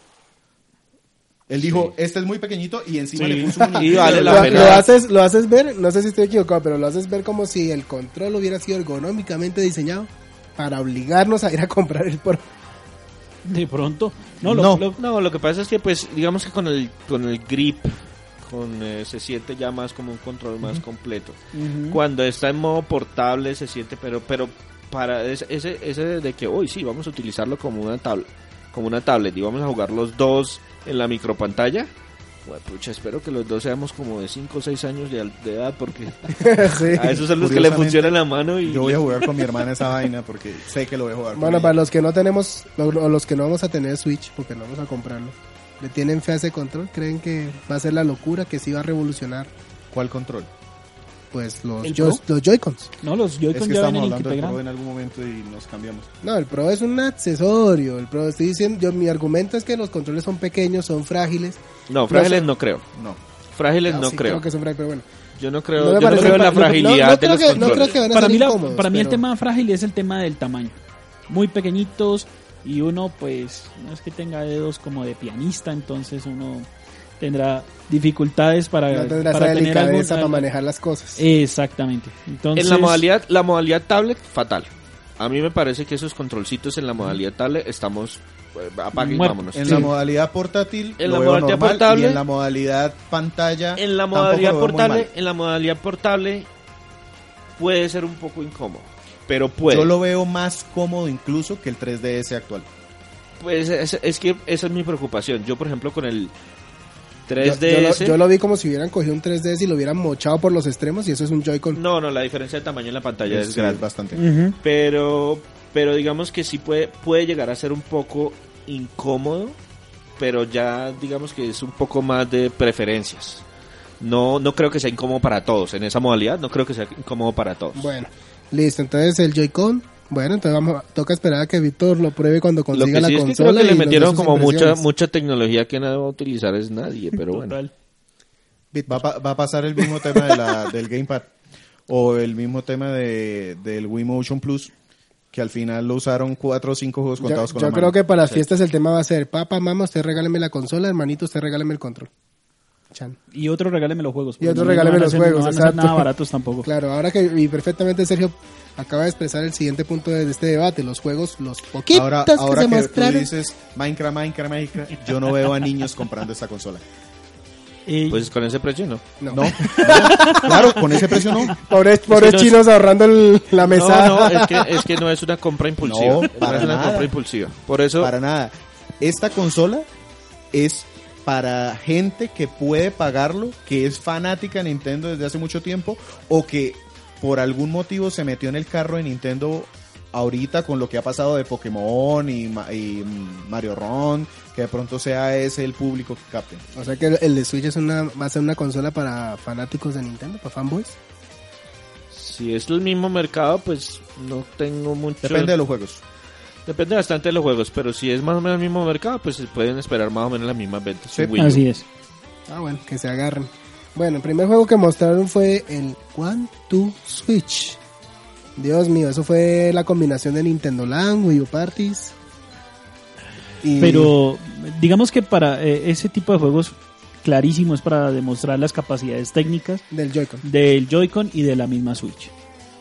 B: Él dijo, este es muy pequeñito y encima
A: Sí.
B: le puso un
D: Y
B: muñequito.
D: vale la
C: lo,
D: pena.
C: lo haces, lo haces ver, no sé si estoy equivocado, pero lo haces ver como si el control hubiera sido ergonómicamente diseñado para obligarnos a ir a comprar el pro.
A: De pronto. No, lo,
B: No.
A: lo-
D: No, lo que pasa es que, pues, digamos que con el, con el grip con, eh, se siente ya más como un control más completo. Cuando está en modo portable se siente, pero, pero para es- ese, ese de que hoy sí, vamos a utilizarlo como una, tabla, como una tablet y vamos a jugar los dos en la micropantalla. Bueno, pucha, espero que los dos seamos como de 5 o 6 años de, al- de edad porque
C: Sí.
D: a esos son los que le
B: Curiosamente,
D: funciona la mano y
B: Yo voy a jugar con mi hermana esa vaina porque sé que lo voy a jugar. con
C: Bueno,
B: ella.
C: para los que no tenemos, o o los que no vamos a tener Switch, porque no vamos a comprarlo, le tienen fe a ese control, creen que va a ser la locura, que sí va a revolucionar,
B: ¿Cuál control?
C: pues los,
A: ¿El
C: joy- los Joy-Cons.
A: no, los Joy-Con
B: es que
A: ya
B: estamos
A: vienen
B: hablando del pro
A: integrados.
B: en algún momento y nos cambiamos.
C: No, el Pro es un accesorio. El Pro, estoy diciendo, yo, mi argumento es que los controles son pequeños, son frágiles.
D: no, frágiles no creo.
B: No.
D: Frágiles
C: Ah,
D: no
C: sí,
D: creo.
C: que son frágiles, pero bueno.
D: Yo no creo,
C: No me
D: yo no
C: parece
D: creo en la
C: fra- no- no-
D: fragilidad
C: no
D: de
C: creo
D: los
C: que- no creo
D: controles.
C: que van a
A: Para
C: ser
A: mí, la-
C: incómodos,
A: para mí el
C: pero-
A: tema frágil es el tema del tamaño. Muy pequeñitos y uno pues no es que tenga dedos como de pianista, entonces uno tendrá dificultades para,
C: No tendrá
A: para
C: esa
A: tener
C: delicadeza para
A: algún- Eh,
C: manejar las cosas.
A: Exactamente. Entonces,
D: En la modalidad, la modalidad tablet, fatal. A mí me parece que esos controlcitos en la modalidad tablet estamos eh, apague y
A: Muerto.
D: vámonos.
B: En
D: Sí.
B: la modalidad portátil,
D: En
B: lo
D: la
B: veo
D: modalidad
B: normal,
D: portable.
B: y en la modalidad pantalla,
D: En la
B: tampoco lo veo
D: modalidad
B: muy
D: portable,
B: mal.
D: en la modalidad portable puede ser un poco incómodo, pero puede.
B: yo lo veo más cómodo incluso que el 3DS actual.
D: Pues es, es que esa es mi preocupación. Yo por ejemplo con el
C: Yo- yo,
D: 3DS
C: lo, yo lo vi como si hubieran cogido un 3DS y lo hubieran mochado por los extremos y eso es un Joy-Con.
D: no, no, la diferencia de tamaño en la pantalla es,
B: Sí,
D: grande.
B: bastante.
A: Ujú.
D: pero pero digamos que sí puede puede llegar a ser un poco incómodo pero ya digamos que es un poco más de preferencias no no creo que sea incómodo para todos en esa modalidad no creo que sea incómodo para todos
C: Bueno, listo, entonces el Joy-Con. Bueno, entonces vamos, a- toca esperar a que Víctor lo pruebe cuando
D: lo
C: consiga
D: que sí
C: la
D: es que creo
C: consola.
D: que le
C: y nos dé
D: metieron
C: sus
D: como mucha
C: impresiones.
D: mucha tecnología que no va a utilizar es nadie pero bueno
A: Total.
B: Va, a pa- va a pasar el mismo tema de la- del Gamepad o el mismo tema de, del Wii Motion Plus, que al final lo usaron cuatro o cinco juegos
C: Yo,
B: contados con
C: yo
B: la
C: creo
B: mano.
C: que para las fiestas el tema va a ser, papá, mamá, usted regáleme la consola, hermanito, usted regáleme el control. Chan.
A: Y otro regáleme los juegos.
C: Y
A: porque
C: otro
A: no
C: regáleme
A: van a
C: los
A: ser-
C: juegos,
A: No van a ser
C: exacto.
A: nada baratos tampoco.
C: Claro, ahora que y perfectamente Sergio acaba de expresar el siguiente punto de, de este debate, los juegos, los poquitos
B: Ahora,
C: que
B: ahora
C: se
B: que, tú
C: mostraron.
B: dices Minecraft, Minecraft, Minecraft, yo no veo a niños comprando esta consola.
A: Eh,
D: pues con ese precio no
C: No.
B: No, claro, con ese precio no.
C: Pobres, pobres
D: no es-
C: chinos ahorrando el- la mesada.
D: no, no es que es que no es una compra impulsiva
B: No,
D: no
B: para
D: es una
B: nada.
D: compra impulsiva por eso
B: Para nada. Esta consola es para gente que puede pagarlo, que es fanática de Nintendo desde hace mucho tiempo o que por algún motivo se metió en el carro de Nintendo ahorita con lo que ha pasado de Pokémon y, Ma- y Mario Ron, que de pronto sea ese el público que capte.
C: O sea que el, el de Switch es una, va a ser una consola para fanáticos de Nintendo, para fanboys.
D: si es el mismo mercado pues no tengo mucho
B: Depende de los juegos.
D: Depende bastante de los juegos, pero si es más o menos el mismo mercado, pues se pueden esperar más o menos las mismas ventas.
B: Sí.
D: Un Wii U.
A: así es.
C: Ah, bueno, que se agarren. Bueno, el primer juego que mostraron fue el One Two Switch. Dios mío, eso fue la combinación de Nintendo Land, Wii U Parties. Y-
A: Pero digamos que para eh, ese tipo de juegos clarísimos para demostrar las capacidades técnicas
C: Del Joy-Con.
A: del Joy-Con y de la misma Switch.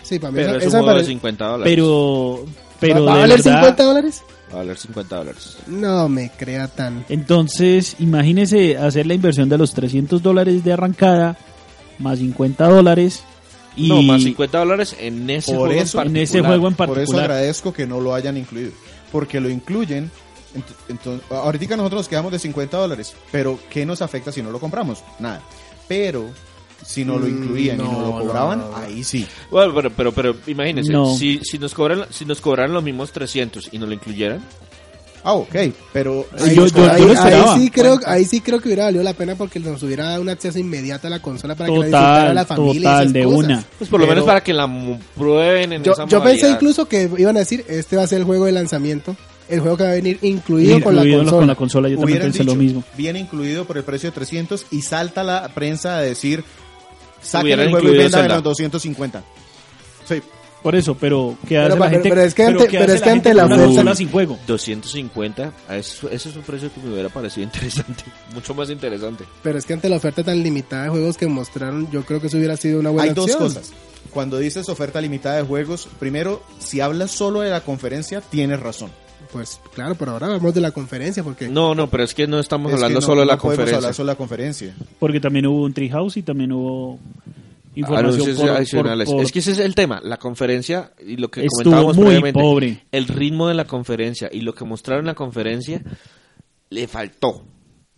C: Sí, para mí
D: Pero
C: esa-
D: es un
C: esa
D: juego de
C: pare-
D: 50 dólares.
A: Pero, pero
C: ¿Va a
A: de
C: valer
A: verdad,
C: 50 dólares?
D: Va a valer 50 dólares.
C: No me crea tan.
A: Entonces, imagínese hacer la inversión de los 300 dólares de arrancada más 50 dólares y
D: No, más 50 dólares en ese
B: Por
D: juego
B: eso-
D: en
A: en ese
D: particular.
A: juego en
B: Por eso
A: particular.
B: agradezco que no lo hayan incluido. Porque lo incluyen. Entonces, ahorita nosotros nos quedamos de 50 dólares. Pero ¿qué nos afecta si no lo compramos? Nada. Pero si no lo
C: Mm,
B: incluían y no
C: no,
B: lo cobraban,
C: no, no.
B: ahí sí.
D: Bueno, pero, pero, pero imagínense,
A: No.
D: si, si, nos cobran, si nos cobraran los mismos 300 y no lo incluyeran,
B: Ah, ok. Pero
A: Sí, yo- yo-
C: ahí,
A: yo lo
C: ahí
A: esperaba.
C: sí creo, ahí sí creo que hubiera valido la pena porque nos hubiera dado un acceso inmediato a la consola para que la disfrutara
A: total,
C: la familia. y
A: total,
C: esas
A: de
C: cosas.
A: una.
D: pues por lo
B: Pero-
D: menos para que la mu- prueben en
C: Yo,
D: esa
C: yo pensé
D: modalidad.
C: incluso que iban a decir, este va a ser el juego de lanzamiento, el juego que va a venir incluido,
A: Incluido
C: con la consola.
A: con la consola, yo también
B: hubieran
A: pensé
B: dicho,
A: lo mismo.
B: viene incluido por el precio de 300 y salta la prensa a decir Saquen
D: Hubieran
B: el juego y
D: incluido
B: vendan en
D: Zelda.
B: los 250. Sí.
A: Por eso, pero que hace
C: Pero,
A: la
C: pero-
A: gente.
C: pero es que
A: pero
C: ante-
A: ¿qué
C: pero
A: hace
C: es que ante la
A: gente con
C: fuerza-
A: una consola sin juego.
D: 250, a eso- ese es un precio que me hubiera parecido interesante, mucho más interesante.
C: Pero es que ante la oferta tan limitada de juegos que mostraron, yo creo que eso hubiera sido una buena
B: Hay dos
C: opción.
B: cosas. Cuando dices oferta limitada de juegos, primero, si hablas solo de la conferencia, tienes razón.
C: Pues claro, pero ahora vamos de la conferencia porque
D: No, no, pero es que no
B: Es
D: estamos
B: que
D: hablando
B: no-
D: solo de
B: no
D: la
B: podemos
D: conferencia.
B: hablar solo de la conferencia.
A: Porque también hubo un Treehouse y también hubo información
D: Anuncios
A: por, por-
D: adicionales.
A: por-
D: Ah, es que ese es el tema, la conferencia y lo que
A: Estuvo
D: comentábamos
A: muy
D: previamente,
A: pobre.
D: el ritmo de la conferencia y lo que mostraron en la conferencia le faltó.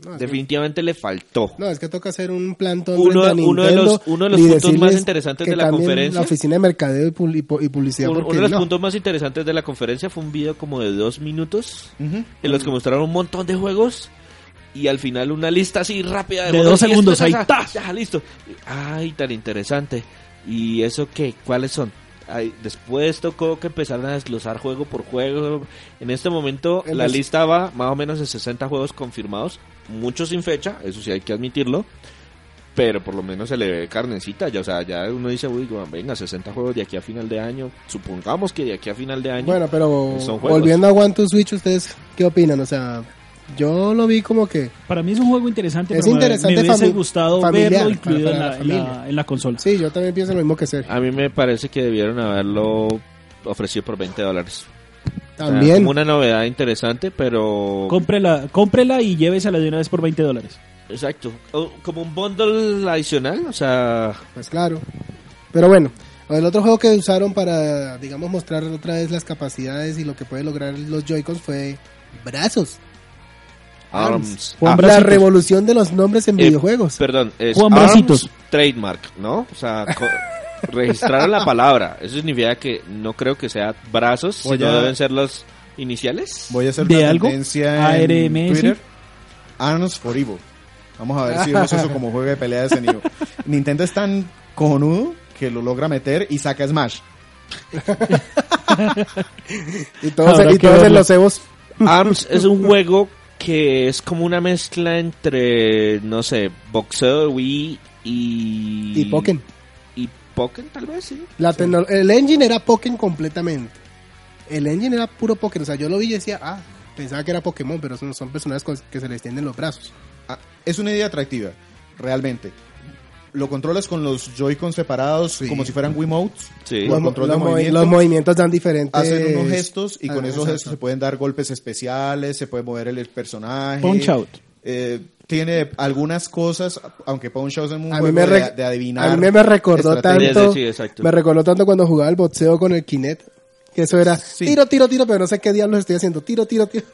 C: No, es que-
D: Definitivamente le faltó.
C: No, es que toca hacer un plan todo
D: Uno-
C: frente a
D: uno de
C: Nintendo
D: los- uno de los
C: y
D: puntos más
C: decirles
D: interesantes
C: que
D: de la
C: cambien
D: conferencia.
C: La oficina de mercadeo y, pul- y pu- y publicidad.
D: Un- uno
C: porque
D: de los
C: no.
D: puntos más interesantes de la conferencia fue un video como de dos minutos en los que mostraron un montón de juegos y al final una lista así rápida de,
A: De
D: juegos,
A: dos
D: y esto
A: segundos,
D: es
A: ahí,
D: esa,
A: ¡tas!
D: ya, listo. Ay, tan interesante. ¿Y eso qué? ¿Cuáles son? Ay, después tocó que empezaron a desglosar juego por juego. En este momento
C: En
D: la
C: los-
D: lista va más o menos en 60 juegos confirmados, muchos sin fecha, eso sí hay que admitirlo. Pero por lo menos se le ve carnecita, ya, o sea, ya uno dice, uy, bueno, venga, 60 juegos de aquí a final de año, supongamos que de aquí a final de año.
C: Bueno, pero
D: Son juegos.
C: volviendo a One to Switch, ¿ustedes qué opinan? O sea, yo lo vi como que...
A: Para mí es un juego interesante.
C: Es
A: pero me-
C: interesante
A: me, hubiese
C: fami-
A: gustado
C: familiar,
A: verlo
C: para-
A: incluido en
C: para
A: la,
C: la
A: en la-
C: familia.
A: en la consola.
C: Sí, yo también pienso lo mismo que Sergio.
D: A mí me parece que debieron haberlo ofrecido por 20 dólares. O sea,
C: También.
D: como una novedad interesante, pero...
A: Cómprela, cómprela y llévesela de una vez por 20 dólares.
D: Exacto. O- como un bundle adicional, o sea...
C: Pues claro. Pero bueno, el otro juego que usaron para, digamos, mostrar otra vez las capacidades y lo que pueden lograr los Joy-Cons fue brazos.
D: Arms.
A: Juan
D: Ah,
A: Bra-
C: La
A: Bracitos.
C: revolución de los nombres en
D: eh,
C: videojuegos.
D: Perdón, es
A: Juan
D: Arms
A: Bracitos.
D: Trademark, ¿no? O sea, co- registraron la palabra. Eso significa que no creo que sea brazos,
B: Voy
D: sino
B: a-
D: deben ser los iniciales.
B: Voy a hacer
A: ¿De
B: una
A: algo?
B: tendencia en
A: ARMS.
B: Twitter. Arms for Evil. Vamos a ver si vemos eso como juego de pelea de ese Nintendo es tan cojonudo que lo logra meter y saca Smash.
C: Y todos,
A: Habrá
C: y
A: que
C: todos en
A: verlo.
C: los cebos.
D: Arms es un juego que es como una mezcla entre, no sé, boxeo de Wii y...
C: Y Pokémon.
D: Y Pokémon, tal vez, sí.
C: La tecno- El engine era Pokémon completamente. El engine era puro Pokémon. O sea, yo lo vi y decía, ah, pensaba que era Pokémon, pero son, son personajes con- que se les tienden los brazos.
B: Ah, es una idea atractiva, realmente. Lo controlas con los Joy-Con separados,
C: Sí.
B: como si fueran Wiimotes.
D: Sí.
B: Por
C: Los,
B: control de
C: los movi-
B: movimiento.
C: los movimientos dan diferentes.
B: Hacen unos gestos y
C: Ah,
B: con esos
C: exacto.
B: gestos se pueden dar golpes especiales, se puede mover el, el personaje.
A: Punch out.
B: Eh, tiene algunas cosas, aunque Punch Out es un
C: A mí,
B: juego
C: me
B: de,
C: re-
B: de adivinar.
C: a mí me recordó
B: estrategias.
C: tanto.
D: Sí, sí, exacto.
C: me recordó tanto cuando jugaba el boxeo con el Kinet. Que eso era
B: Sí.
C: tiro, tiro, tiro, pero no sé qué diablos estoy haciendo. Tiro, tiro, tiro.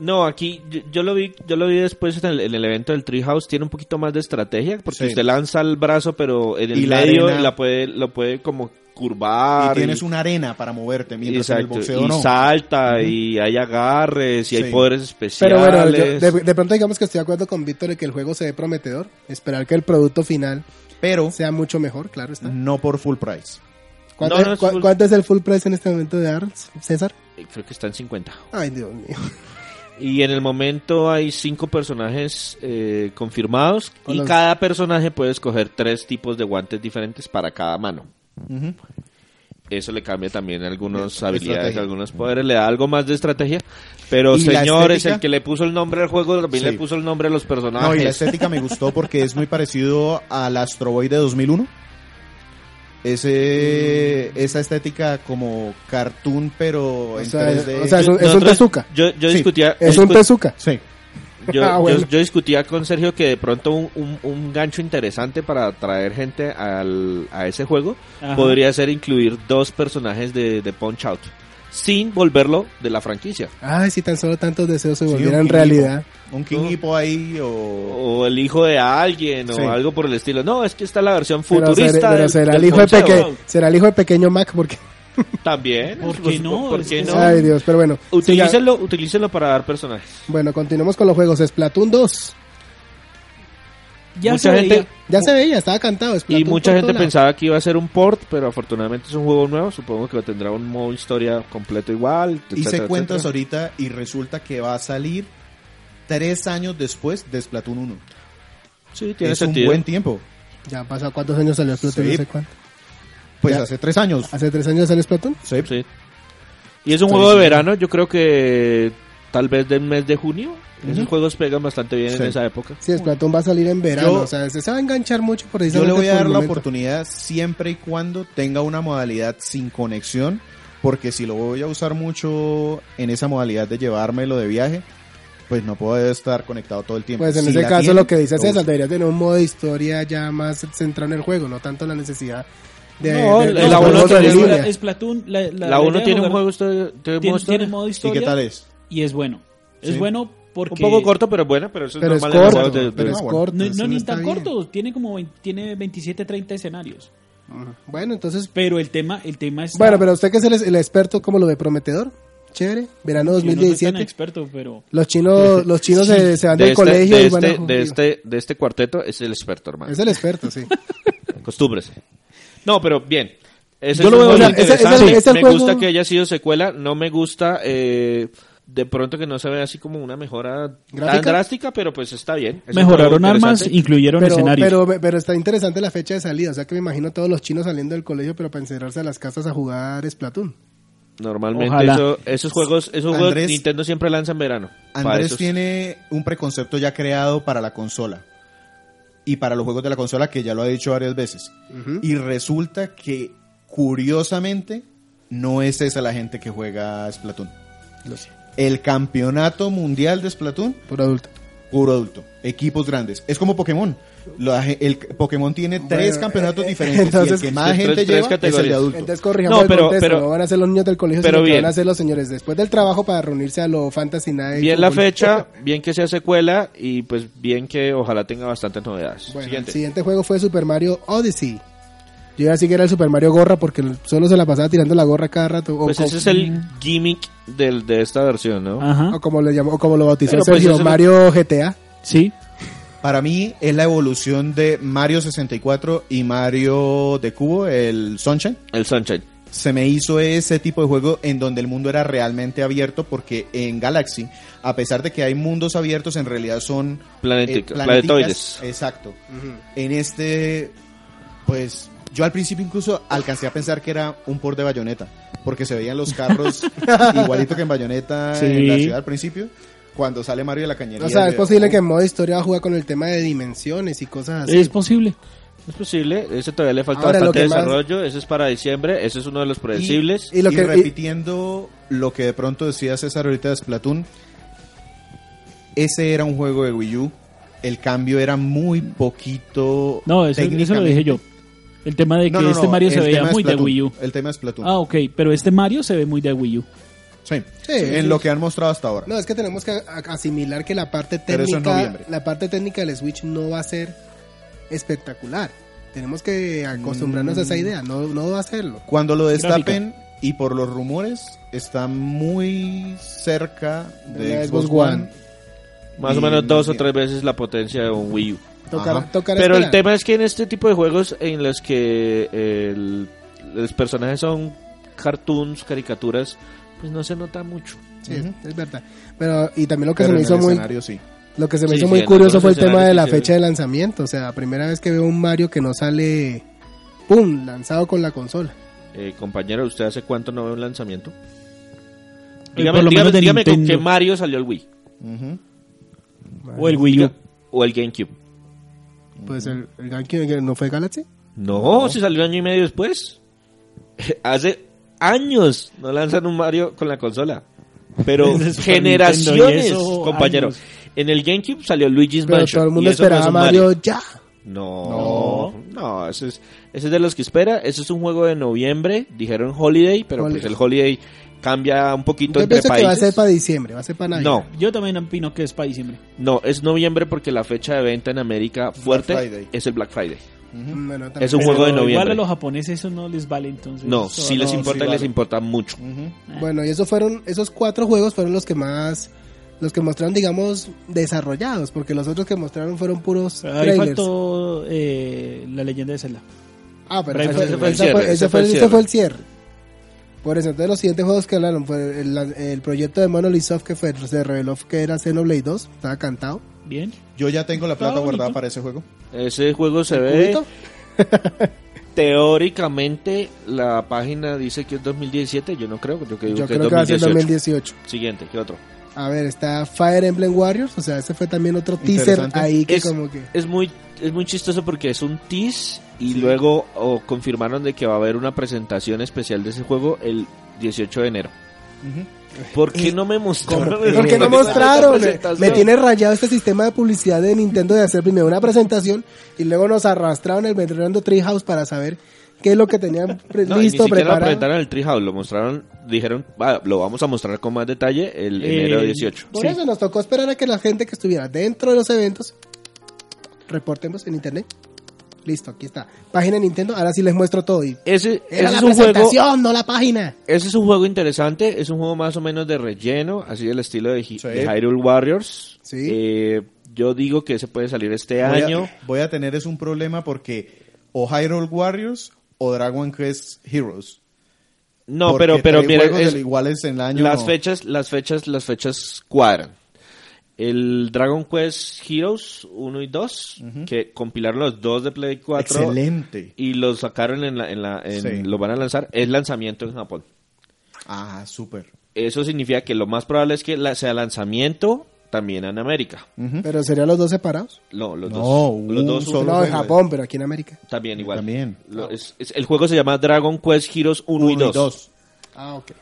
D: No, aquí yo, yo lo vi, yo lo vi después en el, en el evento del Treehouse. Tiene un poquito más de estrategia porque
B: Sí.
D: usted lanza el brazo, pero en el
B: Y la
D: medio
B: arena.
D: la puede, lo puede como
B: Y
D: curvar.
B: tienes una arena para moverte, mientras en el
D: exacto,
B: boxeo
D: y
B: no.
D: salta y hay agarres y
B: Sí.
D: hay poderes especiales.
C: Pero bueno, yo- de, de pronto digamos que estoy de acuerdo con Víctor en que el juego se ve prometedor. Esperar que el producto final
B: Pero
C: sea mucho mejor, claro está.
B: no por full price.
C: ¿Cuánto,
D: No, no es
C: cua-
D: full-
C: cuánto es el full price en este momento de Arms, César?
D: Creo que está en 50.
C: Ay, Dios mío.
D: Y en el momento hay cinco personajes eh, confirmados
C: Con
D: y
C: los-
D: cada personaje puede escoger tres tipos de guantes diferentes para cada mano. Eso le cambia también algunas
B: Eso,
D: habilidades,
B: estrategia.
D: algunos poderes, le da algo más de estrategia. Pero
B: ¿Y la
D: señores,
B: estética?
D: el que le puso el nombre al juego también
B: Sí.
D: le puso el nombre a los personajes.
B: No, y la estética me gustó porque es muy parecido al Astro Boy de 2001. Ese, esa estética como cartoon, pero
C: Mm. O
B: en
C: sea,
B: 3D.
C: o sea, es un, es un
D: Nosotros-
C: tezuka.
D: Yo, yo
B: Sí,
D: discutía,
C: Es
D: yo
C: un
D: discu-
C: tezuka.
B: sí.
D: yo,
C: Ah,
D: yo-
C: bueno.
D: yo discutía con Sergio que de pronto un, un- un gancho interesante para atraer gente al- a ese juego
A: Ajá.
D: podría ser incluir dos personajes de, de Punch Out sin volverlo de la franquicia.
C: Ay, si tan solo tantos deseos se
B: Sí, un
C: volvieran
B: King
C: realidad.
B: Hippo. Un King Hippo ahí o...
D: O el hijo de alguien o
B: Sí.
D: algo por el estilo. No, es que está la versión
C: Pero,
D: futurista.
C: será- pero
D: del-
C: será, el
D: del
C: hijo de
D: boxeo.
C: peque- será el hijo de pequeño Mac porque...
D: También.
A: ¿Por
D: pues,
A: qué no?
D: ¿por
A: Es
D: qué
A: que
D: no?
A: sí.
C: Ay, Dios, pero bueno. siga-
D: Utilícenlo, utilícenlo para dar personajes.
C: Bueno, continuamos con los juegos. Splatoon 2.
A: Ya
D: Mucha
A: se
D: gente-
A: veía-
C: Ya se veía, estaba cantado. Splatoon
D: Y mucha
C: por
D: gente
C: todo lado.
D: pensaba que iba a ser un port, pero afortunadamente es un juego nuevo. Supongo que tendrá un modo historia completo igual.
B: Hice
D: etcétera,
B: cuentas
D: etcétera.
B: ahorita y resulta que va a salir tres años después de Splatoon 1.
D: Sí, tiene
B: es un
D: sentido.
B: buen tiempo.
C: Ya han pasado cuántos años salió Splatoon,
B: Sí.
C: no sé cuánto.
B: Pues
C: Ya.
B: hace tres años.
C: ¿Hace tres años salió Splatoon?
B: Sí.
D: Sí. Y es un juego de verano, yo creo que tal vez del mes de junio. Esos juegos pegan bastante bien
B: Sí.
D: en esa época.
C: Sí, Splatoon va a salir en verano,
B: Yo-
C: o sea, se se va a enganchar mucho por ahí.
B: Yo le voy a dar la oportunidad siempre y cuando tenga una modalidad sin conexión, porque si lo voy a usar mucho en esa modalidad de llevármelo de viaje, pues no puedo estar conectado todo el tiempo.
C: Pues en
B: Si
C: ese
B: la
C: caso
B: tiene,
C: lo que dice
B: lo
C: César,
B: uso.
C: debería tener un modo de historia ya más centrado en el juego, no tanto la necesidad de...
D: No,
C: Eh, de-
D: el-
C: de
D: el
C: los
D: abono
C: juegos en
D: tiene-
C: línea.
A: Es Platón. La, la,
D: La
A: la
D: 1
A: idea de
D: tiene un
A: jugar-
D: juego esto- tiene
A: Tiene,
D: modo
A: tiene
D: historia.
A: modo
B: ¿Y
A: historia.
B: qué tal es?
A: Y es bueno. Es
B: Sí.
A: bueno porque.
D: Un poco corto, pero bueno, pero eso
C: Pero
D: es
C: es
D: normal en los
C: corto,
D: juegos de- de-
C: pero es
B: Ah, bueno.
C: corto.
A: No,
C: eso
A: no, ni
C: está
A: tan
C: bien.
A: corto. Tiene como vein- tiene 27, 30 escenarios.
C: Ujú. Bueno, entonces...
A: Pero el tema, el tema es.
C: Bueno, pero usted que es el, el experto, ¿cómo lo ve? ¿Prometedor? Chévere, verano
A: Yo no soy tan
C: 2017.
A: experto, pero.
C: Los chinos, los chinos se, se van
D: de
C: del
D: este-
C: colegio
D: de
C: y van a
D: este-
C: jugar.
D: de este- de este cuarteto es el experto, hermano.
C: Es el experto, sí.
D: Costumbres. No, pero bien. Ese
C: Yo
D: es
C: lo
D: un
C: veo
D: juego
C: bien. Ese- ese-
D: interesante.
C: ese
D: me
C: juego-
D: gusta que haya sido secuela. No me gusta eh, de pronto que no se vea así como una mejora tan
C: ¿Gráfica?
D: drástica, pero pues está bien. Es un
A: Mejoraron
D: juego
A: armas,
D: interesante.
A: incluyeron
C: Pero,
A: escenarios.
C: pero, pero está interesante la fecha de salida. O sea que me imagino todos los chinos saliendo del colegio, pero para encerrarse a las casas a jugar Splatoon.
D: Normalmente
A: Ojalá.
D: eso- esos juegos, esos juegos
B: Andrés-
D: Nintendo siempre lanza en verano. Pa'
B: Andrés
D: esos.
B: tiene un preconcepto ya creado para la consola y para los juegos de la consola que ya lo ha dicho varias veces. Y resulta que curiosamente no es esa la gente que juega Splatoon. El campeonato mundial de Splatoon
C: Por adulto.
B: Puro adulto. Equipos grandes. Es como Pokémon. La ge- el Pokémon tiene tres
C: eh,
B: campeonatos
C: eh,
B: diferentes. y el
C: entonces-
B: que más
D: Tres-
B: gente
D: tres
B: lleva es el de
D: categorías.
B: adulto.
C: Entonces corrijamos
D: No,
C: el
D: pero-
C: contexto.
D: pero-
C: no van a ser los niños del colegio,
D: pero
C: sino que
D: bien.
C: van a ser los señores después del trabajo para reunirse a lo Fantasy Night.
D: Bien la
C: fútbol.
D: fecha, bien que sea secuela y pues bien que ojalá tenga bastantes novedades.
C: Bueno,
D: Siguiente.
C: El siguiente juego fue Super Mario Odyssey. Yo ya sí que era el Super Mario Gorra porque solo se la pasaba tirando la gorra cada rato. O,
D: Pues
C: co-
D: ese es el gimmick del, de esta versión, ¿no?
A: Ajá.
C: ¿Ah? o como, le llamó, o como lo bautizó
D: Pero pues
C: Sergio,
D: ese es el-
C: Mario GTA.
A: Sí.
B: Para mí es la evolución de Mario 64 y Mario de Cubo, el Sunshine.
D: El Sunshine.
B: se me hizo ese tipo de juego en donde el mundo era realmente abierto porque en Galaxy, a pesar de que hay mundos abiertos, en realidad son eh,
C: Eh,
D: Planetica-
B: planeticas,
D: planetoides.
B: Exacto. En este, pues yo al principio incluso alcancé a pensar que era un port de bayoneta, porque se veían los carros igualito que en bayoneta en la
A: Sí.
B: ciudad al principio. Cuando sale Mario de la cañería.
C: O sea, es
B: yo-
C: posible que en modo historia va a jugar con el tema de dimensiones y cosas así.
A: Es posible.
D: Es posible, ese todavía le falta
C: Ahora, lo
D: bastante
C: que más-
D: desarrollo, ese es para diciembre, ese es uno de los predecibles.
C: Y lo
B: y
C: que- y-
B: repitiendo lo que de pronto decía César ahorita de Splatoon, ese era un juego de Wii U. El cambio era muy poquito.
A: No, eso, eso lo
B: técnicamente.
A: dije yo. El tema de que
B: No, no,
A: este
B: no,
A: Mario se
B: el
A: veía
B: tema es
A: muy de
B: Splatoon.
A: Wii U.
B: El tema es Splatoon.
A: Ah, ok, pero este Mario se ve muy de Wii U.
B: Sí,
C: Sí,
B: en
C: sí.
B: lo que han mostrado hasta ahora.
C: No, es que tenemos que a- asimilar que la parte
B: Pero eso es
C: técnica,
B: noviembre.
C: la parte técnica del Switch no va a ser espectacular. Tenemos que acostumbrarnos a esa
D: Mm.
C: idea, no, no va a serlo.
B: Cuando lo destapen y por los rumores, está muy cerca de,
C: De la
B: Xbox,
C: Xbox
B: One.
C: One.
D: Más
B: Y
D: o menos
B: no
D: dos o
B: tiene.
D: tres veces la potencia de un Wii U.
C: Tocará,
B: Ajá.
C: tocará
D: Pero el
C: esperar.
D: tema es que en este tipo de juegos en los que el- los personajes son cartoons, caricaturas, pues no se nota mucho.
C: Sí, es verdad. Pero, y también lo que
B: Pero
C: se
B: en
C: me
B: el
C: hizo muy,
B: escenario, sí.
C: lo que se me
D: Sí,
C: hizo
D: sí,
C: muy
D: en
C: curioso
D: algunos
C: fue el tema
D: escenarios
C: de
D: sí
C: la
D: se ve.
C: fecha de lanzamiento. O sea, primera vez que veo un Mario que no sale, ¡pum!, lanzado con la consola.
D: Eh, compañero, ¿usted hace cuánto no ve un lanzamiento?
A: Eh, por
D: Dígame,
A: lo
D: dígame,
A: menos de
D: dígame con
A: Nintendo.
D: qué Mario salió el Wii.
B: Ujú.
A: O el Wii U.
D: Diga- o el GameCube.
C: Pues el, el GameCube, ¿no fue Galaxy?
D: No, si salió año y medio después. Hace años no lanzan un Mario con la consola. Pero
A: Desde Super Nintendo, y
D: generaciones,
A: eso,
D: compañero.
A: años.
D: En el GameCube salió Luigi's
C: Pero
D: Mansion.
C: todo el
D: Pues, y
C: mundo
D: eso no es
C: esperaba a
D: un
C: Mario, ya.
D: No, no, ese, es, ese es de los que espera. Ese es un juego de noviembre. Dijeron Holiday, pero pues
C: Holiday.
D: el Holiday cambia un poquito
C: Yo
D: entre
C: pienso que va a
D: países.
C: ser para diciembre, va a ser para Navidad.
D: no,
A: Yo también opino que es para diciembre.
D: no, es noviembre porque la fecha de venta en América fuerte
B: Friday.
D: es el Black Friday.
C: Mm, bueno,
D: Es un
C: también.
D: juego de
A: Pero Igual
D: noviembre.
A: a los japoneses eso no les vale entonces.
D: No,
A: eso
D: sí les
A: no-
D: importa y les importa mucho.
B: Ujú.
C: Bueno, y esos fueron, esos cuatro juegos fueron los que más, los que mostraron, digamos, desarrollados, porque los otros que mostraron fueron puros
A: Ahí
C: trailers.
A: faltó eh, la leyenda de Zelda.
C: Ah, pero
A: Ese
C: ese fue,
D: fue el
C: ese
D: cierre,
C: fue-
D: ese
C: ese
D: fue
C: fue-
D: el
C: ese fue el cierre. Por eso, entonces los siguientes juegos que hablaron fue el, el proyecto de Monolith Soft que fue, se reveló que era Xenoblade 2, estaba cantado.
A: Bien.
B: Yo ya tengo la
A: Está
B: plata
A: bonito.
B: guardada para ese juego.
D: Ese juego se ve.
C: ¿Cubito?
D: Teóricamente, la página dice que es 2017. Yo no creo, yo que digo
C: Yo
D: que es
C: creo que va a ser
D: 2018.
C: 2018.
D: Siguiente, ¿qué otro?
C: A ver, está Fire Emblem Warriors, o sea, ese fue también otro teaser
B: Interesante.
C: ahí que
D: Es-
C: como que...
D: Es muy, es muy chistoso porque es un tease y luego oh, confirmaron de que va a haber una presentación especial de ese juego el 18 de enero. ¿Por qué no me mostraron?
C: Eh, ¿Por qué no
D: esa
C: mostraron? Me,
D: presentación?
C: me tiene rayado este sistema de publicidad de Nintendo de hacer primero una presentación y luego nos arrastraron el Veterano Treehouse para saber qué es lo que tenían pre-
D: No,
C: listo,
D: y ni siquiera lo
C: preparado.
D: presentaron el Treehouse, lo mostraron, dijeron, "Va, lo vamos a mostrar con más detalle el
A: Eh,
D: enero 18.
C: Por
A: Sí.
C: eso nos tocó esperar a que la gente que estuviera dentro de los eventos reportemos en internet. Listo, aquí está. Página de Nintendo, ahora sí les muestro todo. Y
D: Ese,
C: era
D: ese
C: la
D: es un juego
C: presentación, no la página.
D: Ese es un juego interesante, es un juego más o menos de relleno, así del estilo de, Hi-
B: Sí.
D: de Hyrule Warriors.
C: Sí.
D: Eh, yo digo que se puede salir este
B: Voy a-
D: año.
B: voy a tener es un problema porque o Hyrule Warriors o Dragon Quest Heroes.
D: No,
B: Porque
D: pero pero
B: tres
D: mira,
B: juegos
D: es-
B: del- iguales en el año.
D: las fechas, las fechas, las fechas cuadran. El Dragon Quest Heroes 1 y 2, que compilaron los dos de Play 4
B: Excelente.
D: y los sacaron en la, en la en-
B: Sí.
D: lo van a lanzar, es lanzamiento en Japón.
B: Ah, súper.
D: Eso significa que lo más probable es que la- sea lanzamiento también en América.
C: Pero serían los dos separados.
D: No, los
B: No,
D: dos. ¿Mm? Los
B: un
D: dos
B: solo
C: no, en
B: juego.
C: Japón, pero aquí en América.
D: También igual.
B: También.
D: Lo- es- es- el juego se llama Dragon Quest Heroes 1 y 2.
C: Ah, ok.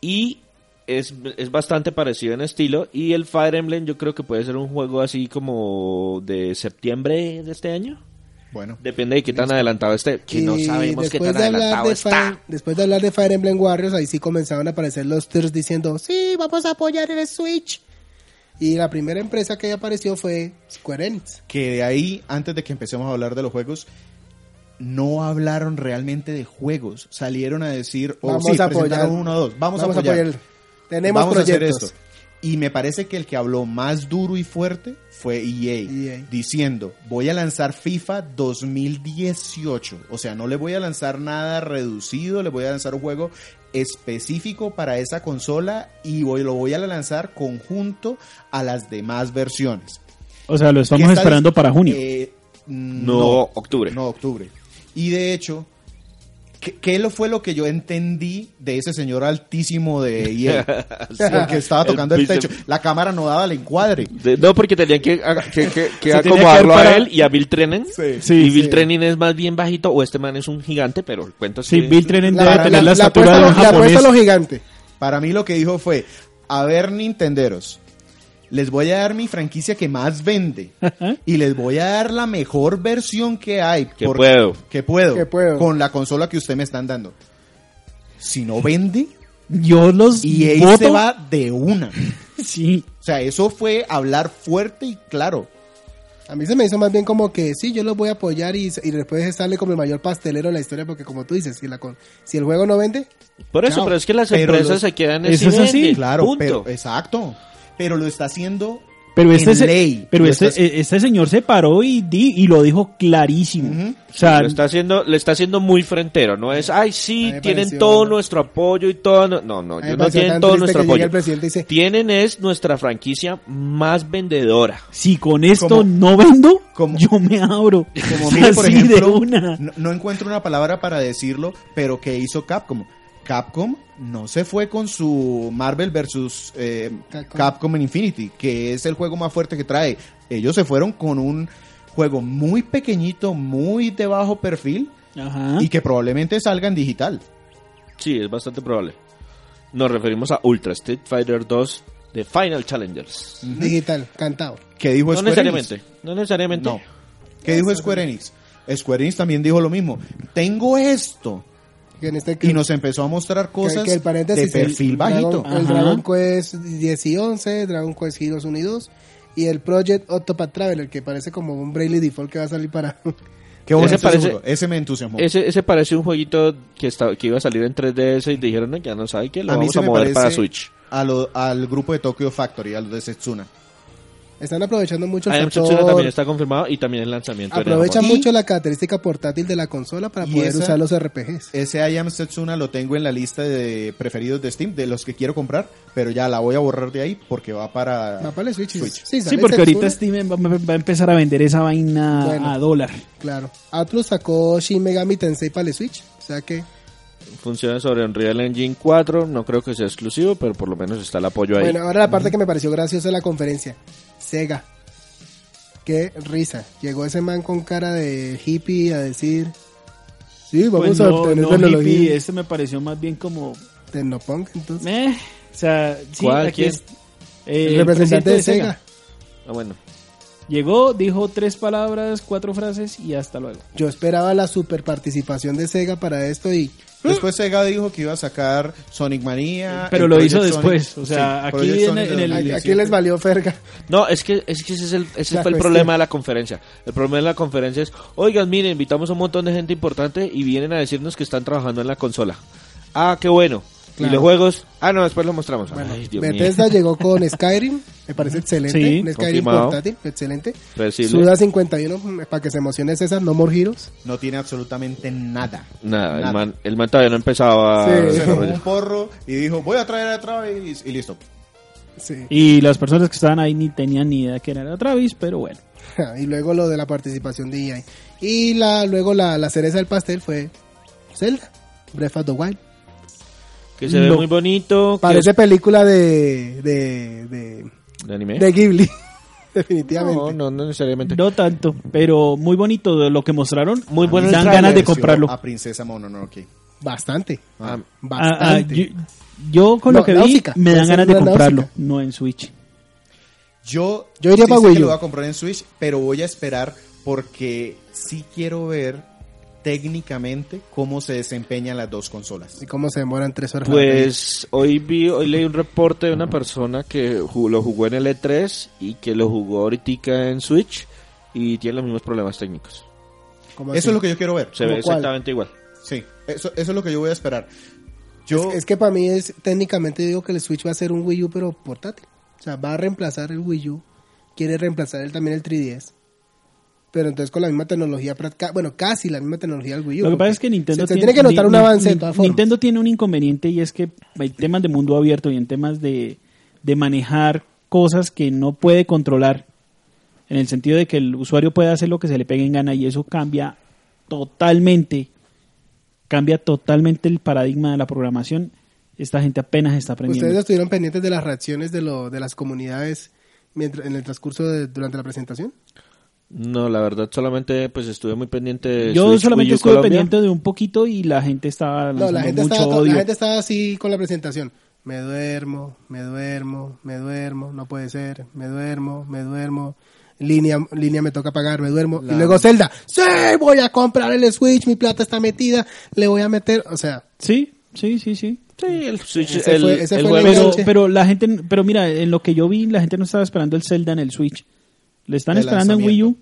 D: Y es, es bastante parecido en estilo. Y el Fire Emblem yo creo que puede ser un juego así como de septiembre de este año.
B: Bueno,
D: Depende de qué tan adelantado esté. Que no
C: Y
D: sabemos qué
C: después
D: tan
C: de hablar
D: adelantado
C: de
D: está.
C: Fire- después de hablar de Fire Emblem Warriors, ahí sí comenzaron a aparecer los tiers diciendo, sí, vamos a apoyar el Switch. Y la primera empresa que apareció fue Square Enix.
B: que de ahí, antes de que empecemos a hablar de los juegos, no hablaron realmente de juegos. Salieron a decir, oh,
C: Vamos
B: sí,
C: a apoyar.
B: presentaron uno o dos. Vamos, a apoyar.
C: Tenemos
B: Vamos
C: proyectos.
B: a hacer esto. Y me parece que el que habló más duro y fuerte fue EA,
C: EA.
B: diciendo, voy a lanzar FIFA 2018. O sea, no le voy a lanzar nada reducido, le voy a lanzar un juego específico para esa consola y voy, lo voy a lanzar conjunto a las demás versiones.
A: O sea, lo estamos
B: ¿Qué está
A: esperando
B: dis-
A: para junio.
B: Eh, mm,
D: No, octubre.
B: No, octubre. Y de hecho, ¿qué, qué lo fue lo que yo entendí de ese señor altísimo de EA? Porque estaba tocando el,
D: El
B: techo.
D: bíceps.
B: La cámara no daba el encuadre.
D: De- no, porque tenían que, a- que, que- que
A: Se tenía que
D: acomodarlo
A: ver para-
D: a él y a Bill Trennan.
A: Sí,
D: y Bill
A: sí.
D: Trennan es más bien bajito, o este man es un gigante, pero el cuento es
A: Sí,
D: que-
A: Bill Trennan
C: La,
A: debe
C: la-
A: tener la,
C: la
A: estatura
C: apuesta
A: de
C: a
A: un
C: lo- la apuesta
A: japonés.
C: a lo gigante.
B: Para mí lo que dijo fue, a ver Nintenderos, les voy a dar mi franquicia que más vende
A: ¿Eh?
B: y les voy a dar la mejor versión que hay.
D: Que
B: porque-
D: puedo.
B: Que puedo.
C: Que puedo.
B: Con la consola que usted me están dando. Si no vende,
A: Yo los
B: EA se
A: voto.
B: va de una.
A: Sí,
B: O sea, eso fue hablar fuerte y claro.
C: A mí se me hizo más bien como que sí, yo los voy a apoyar y, y después sale como el mayor pastelero de la historia, porque como tú dices, si, la con- si el juego no vende,
D: Por eso,
C: Chao.
D: pero es que las
B: Pero
D: empresas
B: los-
D: se quedan en
A: Eso es así.
D: siguiente,
B: Claro,
D: punto.
B: pero exacto. Pero lo está haciendo
A: pero este
B: en
A: se-
B: ley.
A: pero
B: Lo
A: este,
B: está-
A: e- este señor se paró y di y lo dijo clarísimo. O sea,
D: lo está haciendo, le está haciendo muy frentero, no es, ay
C: A mí
D: sí,
C: me
D: tienen
C: pareció-
D: todo nuestro apoyo y todo, no, no, no,
C: a mí
D: yo
C: me
D: no
C: pareció
D: tienen
C: tan
D: todo
C: triste
D: nuestro
C: que llega
D: apoyo.
C: el presidente y dice,
D: Tienen es nuestra franquicia más vendedora.
A: si con esto
B: Como-
A: no vendo,
B: como-
A: yo me abro.
B: como
A: O sea,
B: mire, por
A: así de
B: ejemplo,
A: una.
B: No, no encuentro una palabra para decirlo, pero que hizo Capcom? Capcom no se fue con su Marvel versus eh,
C: Capcom.
B: Capcom. en Infinity, que es el juego más fuerte que trae. Ellos se fueron con un juego muy pequeñito, muy de bajo perfil
A: Ajá.
B: y que probablemente salga en digital.
D: Sí, es bastante probable. Nos referimos a Ultra Street Fighter 2 de Final Challengers.
C: digital, cantado.
B: ¿Qué dijo
C: Pues
D: no
B: Square Enix?
D: necesariamente, no necesariamente.
B: No. ¿Qué dijo Square Enix? Square Enix también dijo lo mismo. Tengo esto.
C: Que en este
B: Y nos empezó a mostrar
C: que-
B: cosas
C: que el
B: de
C: paréntesis,
B: perfil
C: el
B: bajito.
C: Dragon, el
A: Ajá.
C: Dragon Quest 10 y 11, Dragon Quest Heroes 1 y 2 y el Project Octopath Traveler que parece como un Braille Default que va a salir para
B: Qué bonito
D: Ese
B: ese,
D: parece-
B: juego. Ese me entusiasmó.
D: Ese, ese parece un jueguito que, estaba- que iba a salir en 3DS y dijeron, "No, ya no sabe que lo
B: a mí
D: vamos
B: se
D: a
B: me
D: mover
B: parece
D: para Switch.
B: a lo- al grupo de Tokyo Factory, a los de Setsuna.
C: Están aprovechando mucho el
D: Adam Schutzera también
C: factor.
D: está confirmado y también el lanzamiento. en
C: Aprovechan
D: Japón.
C: mucho la característica portátil de la consola para
B: Y
C: poder
B: esa-
C: usar los RPGs.
B: Ese I Am Setsuna lo tengo en la lista de preferidos de Steam, de los que quiero comprar, pero ya la voy a borrar de ahí porque va para...
C: Mapa de Switch.
B: Switch.
A: Sí,
C: sale
A: porque ahorita
C: Setsuna,
A: Steam va, va- va a empezar a vender esa vaina
C: Bueno.
A: a dólar.
C: Claro. Atlus sacó Shin Megami Tensei para el Switch. O sea que.
D: Funciona sobre Unreal Engine 4. No creo que sea exclusivo, pero por lo menos está el apoyo ahí.
C: Bueno, ahora la parte que me pareció graciosa de la conferencia. Sega. Qué risa. Llegó ese man con cara de hippie a decir. Sí, vamos
A: Pues
C: a
A: no,
C: obtener
A: no,
C: tecnología.
A: hippie, este me pareció más bien como...
C: Tecnopunk, entonces.
A: eh, o sea, sí,
D: ¿Cuál?
A: aquí
D: ¿Quién?
A: es... eh,
C: el representante de Sega.
D: Ah, bueno.
A: Llegó, dijo tres palabras, cuatro frases y hasta luego.
C: Yo esperaba la super participación de Sega para esto y
B: Después Sega dijo que iba a sacar Sonic Mania.
A: Pero
B: el
A: lo hizo
B: Project Sonic.
A: después, o sea, aquí
B: Project
A: en-
B: Sonic
A: en el-
C: ay,
B: 2017.
C: aquí les valió ferga.
D: No, es que, es que ese, es el, ese
C: La
D: fue el
C: cuestión.
D: problema de la conferencia. El problema de la conferencia es, oigan, miren, invitamos a un montón de gente importante y vienen a decirnos que están trabajando en la consola. Ah, qué bueno.
C: Claro.
D: Y los juegos, ah, no, después los mostramos.
C: Bueno,
D: Ay, Dios mío.
C: Bethesda llegó con Skyrim, me parece excelente,
A: Sí,
C: un Skyrim
D: confirmado.
C: portátil, excelente.
D: Predecible.
C: Suda 51 para que se emocione César, no more heroes.
B: No tiene absolutamente nada.
D: Nada,
B: Nada.
D: El, man, el man todavía no empezaba
C: Sí.
D: a
B: Se fumó
D: desarrollar.
B: un porro y dijo, voy a traer a Travis y listo.
C: Sí.
A: Y las personas que estaban ahí ni tenían ni idea que era Travis, pero bueno.
C: Y luego lo de la participación de EA. Y la, luego la, la cereza del pastel fue Zelda, Breath of the Wild.
D: Que se ve
A: Lo-
D: muy bonito. que
C: Parece
D: es-
C: película de, de, de,
D: ¿De anime?
C: de Ghibli,
D: no,
C: definitivamente.
D: ¿Eh? no, no necesariamente.
A: No tanto, pero muy bonito de lo que mostraron.
D: Muy bueno el
A: Dan
D: tráiler,
A: ganas de
D: sí,
A: comprarlo.
B: A Princesa Mononoke.
C: Bastante,
D: Ah,
A: Ah, ah,
C: bastante.
A: yo, yo con
C: No,
A: lo que vi
C: náusica.
A: me
C: Puede
A: dan
C: ser
A: ganas de
C: una
A: comprarlo,
C: náusica.
A: no en Switch.
B: Yo,
C: Yo iría
B: sí
C: pa'
B: sé
C: Wii
B: que
C: U.
B: lo voy a comprar en Switch, pero voy a esperar porque sí quiero ver técnicamente cómo se desempeñan las dos consolas.
C: ¿Y cómo se demoran tres horas?
D: Pues hoy vi, hoy leí un reporte de una persona que ju- lo jugó en el E3 y que lo jugó ahorita en Switch y tiene los mismos problemas técnicos.
C: ¿Cómo así?
B: Eso es lo que yo quiero ver.
D: Se ve
C: ¿Cómo cuál?
D: exactamente igual.
B: Sí, eso, eso es lo que yo voy a esperar. Yo,
A: Oh.
C: Es, es que para mí es técnicamente digo que el Switch va a ser un Wii U pero portátil. O sea, va a reemplazar el Wii U. Quiere reemplazar el- también el 3DS. Pero entonces con la misma tecnología, práctica- bueno, casi la misma tecnología del Wii U.
A: Lo que
C: porque
A: pasa es que Nintendo
C: se, se tiene que notar un
A: Ni-
C: avance de
A: Ni-
C: todas formas.
A: Nintendo tiene un inconveniente y es que en temas de mundo abierto y en temas de, de manejar cosas que no puede controlar, en el sentido de que el usuario puede hacer lo que se le pegue en gana y eso cambia totalmente, cambia totalmente el paradigma de la programación. Esta gente apenas está aprendiendo.
C: Ustedes estuvieron pendientes de las reacciones de, lo, de las comunidades mientras, en el transcurso de, durante la presentación.
D: No, la verdad, solamente pues estuve muy pendiente de
A: Yo
D: Eh, Switch, Wii
A: solamente
D: U
A: estuve
D: Colombia.
A: pendiente de un poquito y la gente estaba
C: No,
A: lanzando
C: la gente,
A: mucho
C: estaba, con-
A: odio.
C: la gente estaba así con la presentación. Me duermo, me duermo, me duermo, no puede ser, me duermo, me duermo. Línea, línea me toca pagar, me duermo. Y luego Zelda, sí, voy a comprar el Switch, mi plata está metida, le voy a meter, o sea,
A: Sí, sí, sí, sí.
D: Sí, el Switch,
C: Ese
D: el,
C: fue- ese
D: el
C: fue el
D: juego-
A: pero,
C: enganche.
A: pero la gente, pero mira, en lo que yo vi, la gente no estaba esperando el Zelda en el Switch. Le están
B: El
A: esperando en Wii U.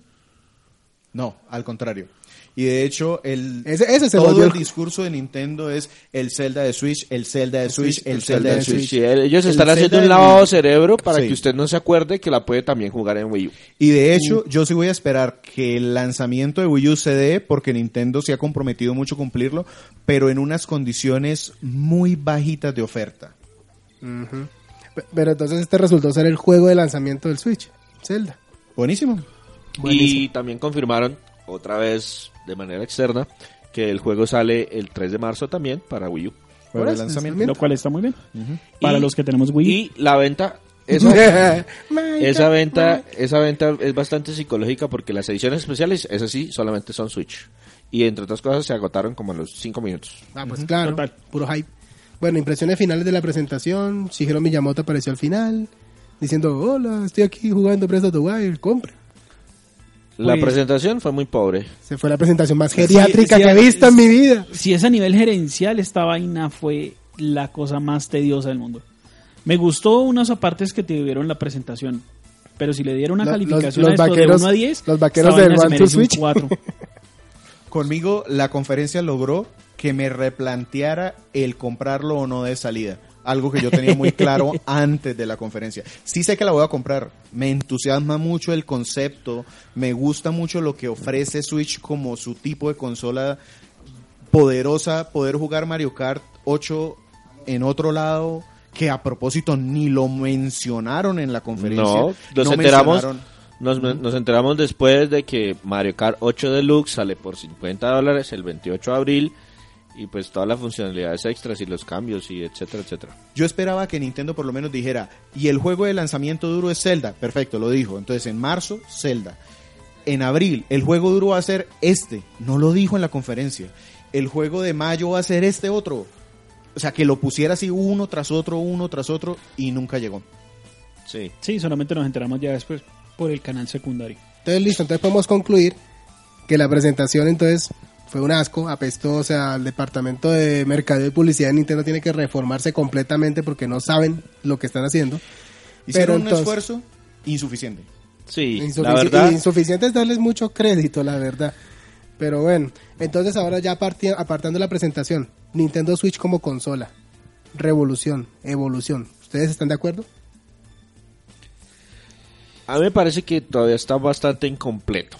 B: no, al contrario. Y de hecho, el,
C: Ese- ese se
B: todo
C: volvió
B: el
C: el-
B: discurso de Nintendo es el Zelda de Switch, el Zelda de Switch, el
D: Zelda
B: Zelda de
D: Switch.
B: Switch.
D: Sí, ellos
B: El
D: están
B: Zelda
D: haciendo
B: de
D: un lavado
B: Wii U.
D: de cerebro para
B: Sí.
D: que usted no se acuerde que la puede también jugar en Wii U.
B: Y de hecho, yo sí voy a esperar que el lanzamiento de Wii U se dé, porque Nintendo se ha comprometido mucho a cumplirlo, pero en unas condiciones muy bajitas de oferta.
C: pe- pero entonces este resultó ser el juego de lanzamiento del Switch, Zelda.
B: Buenísimo.
D: Y también confirmaron, otra vez de manera externa, que el juego sale el 3 de marzo también para Wii U.
B: Juego
C: Por
B: de
C: eso,
B: lanzamiento.
A: Lo cual está muy bien. Para
D: Y-
A: los que tenemos Wii U.
D: Y la venta, esa, esa venta, esa venta es bastante psicológica porque las ediciones especiales, esas sí, solamente son Switch. Y entre otras cosas se agotaron como en los 5 minutos.
C: Ah, pues claro,
A: Total.
C: puro hype. Bueno, impresiones finales de la presentación. Shigeru Miyamoto apareció al final diciendo, hola, estoy aquí jugando Breath of the Wild, compra.
D: La
A: Pues-
D: presentación fue muy pobre.
C: Se fue la presentación más geriátrica
A: sí,
C: que he
A: sí,
C: visto en mi vida.
A: Si es a nivel gerencial, esta vaina fue la cosa más tediosa del mundo. Me gustó unos apartes que tuvieron la presentación. Pero si le dieron una
C: Lo- los-
A: calificación
C: los
A: a esto
C: vaqueros-
A: de 1 a 10,
C: los vaqueros del One to Switch.
A: 4.
B: Conmigo, la conferencia logró que me replanteara el comprarlo o no de salida. algo que yo tenía muy claro antes de la conferencia. Sí sé que la voy a comprar, me entusiasma mucho el concepto, me gusta mucho lo que ofrece Switch como su tipo de consola poderosa, poder jugar Mario Kart 8 en otro lado, que a propósito ni lo mencionaron en la conferencia.
D: No, nos enteramos.
B: mencionaron-
D: Nos, nos enteramos después de que Mario Kart 8 Deluxe sale por 50 dólares el 28 de abril y pues todas las funcionalidades extras y los cambios y etcétera, etcétera.
B: Yo esperaba que Nintendo por lo menos dijera, y el juego de lanzamiento duro es Zelda. Perfecto, lo dijo. Entonces en marzo, Zelda. En abril, el juego duro va a ser este. No lo dijo en la conferencia. El juego de mayo va a ser este otro. O sea, que lo pusiera así uno tras otro, uno tras otro, y nunca llegó.
D: Sí.
A: Sí, solamente nos enteramos ya después por el canal secundario.
C: Entonces, listo, entonces podemos concluir que la presentación entonces fue un asco, apestó, o sea, el departamento de mercadeo y publicidad de Nintendo tiene que reformarse completamente porque no saben lo que están haciendo. Pero
B: Hicieron un
C: entonces-
B: esfuerzo insuficiente.
D: Sí,
C: Insufici-
D: la verdad.
C: Insuficiente es darles mucho crédito, la verdad. Pero bueno, entonces ahora ya parti- apartando la presentación, Nintendo Switch como consola, revolución, evolución. ¿Ustedes están de acuerdo?
D: A mí me parece que todavía está bastante incompleto.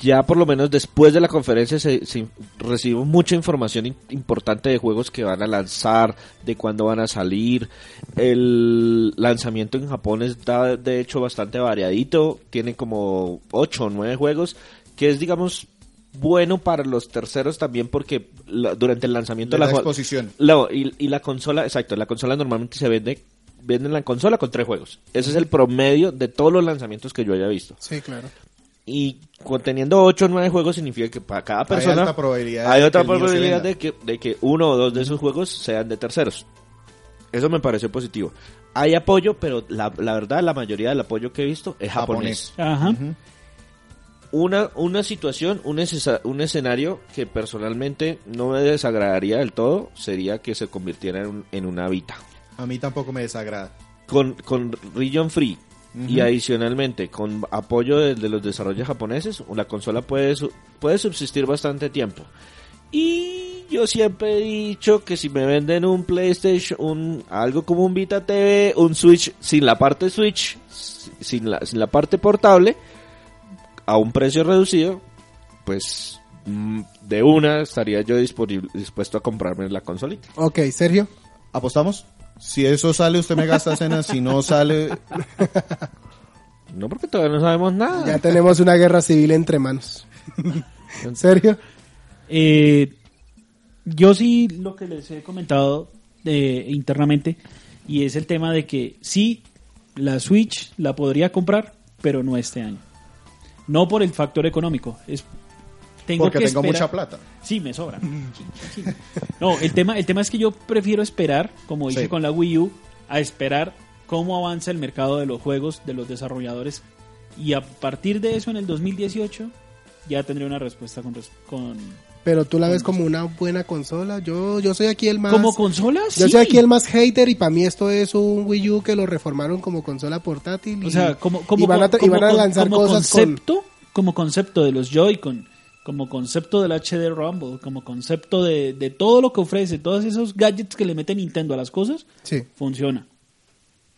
D: Ya por lo menos después de la conferencia se, se recibió mucha información in- importante de juegos que van a lanzar, de cuándo van a salir. El lanzamiento en Japón está de hecho bastante variadito, tiene como 8 o 9 juegos, que es digamos bueno para los terceros también porque la- durante el lanzamiento
B: Le da
D: jo-
B: exposición.
D: no, y, y la consola, exacto, la consola normalmente se vende, venden la consola con tres juegos. Ese es el promedio de todos los lanzamientos que yo haya visto.
C: Sí, claro.
D: Y con- teniendo ocho o nueve juegos significa que para cada persona
B: alta probabilidad
D: hay
B: de
D: otra
B: que el mío se
D: probabilidad
B: venda.
D: de que, de que uno o dos de esos juegos sean de terceros. Eso me pareció positivo. Hay apoyo, pero la, la verdad la mayoría del apoyo que he visto es japonés.
B: Japonés.
A: Ajá.
D: Una, una situación, un, escesa- un escenario que personalmente no me desagradaría del todo sería que se convirtiera en, un- en una Vita.
B: A mí tampoco me desagrada.
D: con, con Region Free y adicionalmente con apoyo de, de los desarrollos japoneses, la consola puede, su- puede subsistir bastante tiempo. Y yo siempre he dicho que si me venden un PlayStation, un, algo como un Vita TV, un Switch sin la parte Switch, si- sin la, sin la parte portable, a un precio reducido, pues mm, de una estaría yo disponible- dispuesto a comprarme la consolita.
C: Ok, Sergio.
B: ¿Apostamos? Si eso sale, usted me gasta cena. Si no sale,
D: No porque todavía no sabemos nada.
C: Ya tenemos una guerra civil entre manos. Sergio.
A: Eh, yo sí lo que les he comentado eh, internamente y es el tema de que sí, la Switch la podría comprar, pero no este año. No por el factor económico, es tengo
B: porque
A: que
B: tengo
A: esperar-
B: mucha plata.
A: Sí, me sobra.
C: Mm.
A: Sí, sí. No, el tema, el tema es que yo prefiero esperar, como hice
B: Sí.
A: con la Wii U, a esperar cómo avanza el mercado de los juegos, de los desarrolladores. Y a partir de eso, en el 2018, ya tendré una respuesta con... res- con
C: Pero tú la ves como una buena consola. Yo, yo soy aquí el más.
A: como consolas,
C: Yo
A: sí.
C: soy aquí el más hater y para mí esto es un Wii U que lo reformaron como consola portátil. y-
A: O sea, como, como,
C: y van a, tra- y
A: como-
C: van a
A: como-
C: lanzar
A: como
C: cosas con.
A: concepto, Como concepto de los Joy-Con, como concepto del HD Rumble, como concepto de, de todo lo que ofrece, todos esos gadgets que le mete Nintendo a las cosas,
C: Sí.
A: funciona.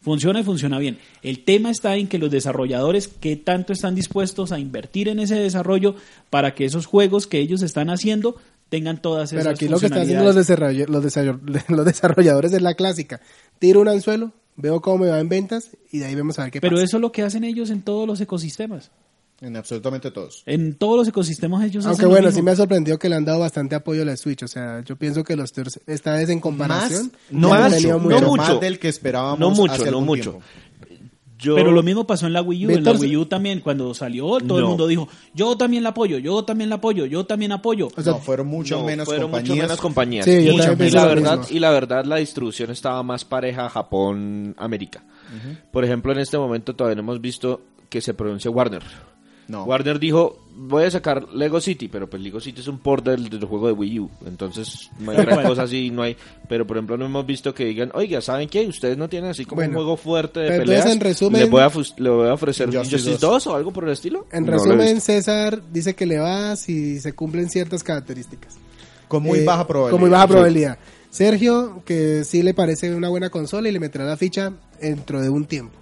A: Funciona y funciona bien. El tema está en que los desarrolladores, qué tanto están dispuestos a invertir en ese desarrollo para que esos juegos que ellos están haciendo tengan todas esas
C: Pero aquí lo que están haciendo los,
A: funcionalidades.
C: desarroll- los, desarroll- los desarrolladores es la clásica. Tiro un anzuelo, veo cómo me va en ventas y de ahí vemos a ver qué
A: Pero
C: pasa.
A: eso es lo que hacen ellos en todos los ecosistemas.
B: En absolutamente todos.
A: En todos los ecosistemas ellos
C: Aunque
A: hacen lo
C: bueno,
A: mismo.
C: sí me ha sorprendido que le han dado bastante apoyo a la Switch. O sea, yo pienso que los terceros, esta vez en comparación,
B: no,
C: le han
D: más,
C: venido
B: mucho,
D: muy
B: pero
D: bien.
C: bien.
D: mucho.
B: más del que esperábamos.
D: No mucho,
B: hace
D: no
B: algún
D: mucho.
B: tiempo.
D: Yo-
A: Pero lo mismo pasó en la Wii U. En la
C: Víctor,
A: Wii U también, cuando salió, todo el
D: No.
A: mundo dijo, yo también la apoyo, yo también la apoyo, yo también apoyo.
C: O sea,
B: no, fueron mucho
D: No,
B: menos
D: fueron mucho
B: compañías.
D: menos compañías.
C: Sí, yo
D: y,
C: también
D: y
C: pienso
D: la
C: lo
D: verdad,
C: mismo.
D: y la verdad, la distribución estaba más pareja Japón-América. Por ejemplo, en este momento todavía no hemos visto que se pronuncie Warner.
B: No.
D: Warner dijo, voy a sacar Lego City, pero pues Lego City es un port del, del juego de Wii U, entonces no hay
A: Tal
D: gran
A: cual.
D: cosa así, no hay... Pero por ejemplo no hemos visto que digan, oiga, ¿saben qué? Ustedes no tienen así como un
C: Bueno,
D: juego fuerte de
C: pero entonces,
D: peleas,
C: en resumen-
D: ¿le voy a, fus- le voy a ofrecer
B: Injustice
D: Injustice 2.
B: 2
D: o algo por el estilo?
C: En
D: No lo he
C: resumen,
D: visto.
C: César dice que le va si se cumplen ciertas características.
B: Con muy
C: Eh,
B: baja probabilidad.
C: Con muy baja probabilidad. Sergio, que sí le parece una buena consola y le meterá la ficha dentro de un tiempo.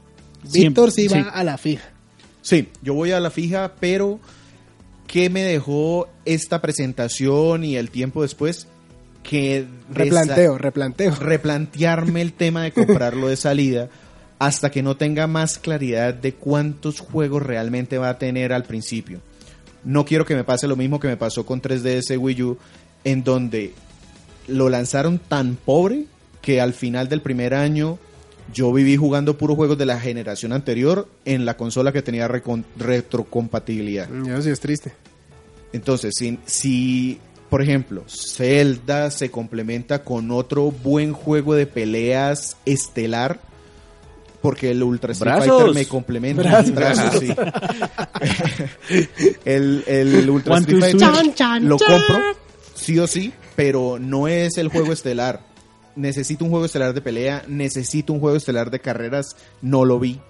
A: Siempre,
C: Víctor sí va
A: sí.
C: a la fija.
B: Sí, yo voy a la fija, pero ¿qué me dejó esta presentación y el tiempo después? Que
C: Replanteo, replanteo.
B: desa- replantearme el tema de comprarlo de salida hasta que no tenga más claridad de cuántos juegos realmente va a tener al principio. No quiero que me pase lo mismo que me pasó con 3DS Wii U, en donde lo lanzaron tan pobre que al final del primer año yo viví jugando puros juegos de la generación anterior en la consola que tenía recon- retrocompatibilidad.
C: Yo sí es triste.
B: Entonces, si, si, por ejemplo, Zelda se complementa con otro buen juego de peleas estelar, porque el Ultra Street
D: Brazos.
B: Fighter me complementa. Brazos, sí. el, el Ultra
A: One,
B: Street
A: two,
B: Fighter
A: switch.
B: lo compro, sí o sí, pero no es el juego estelar. Necesito un juego estelar de pelea, necesito un juego estelar de carreras, no lo vi.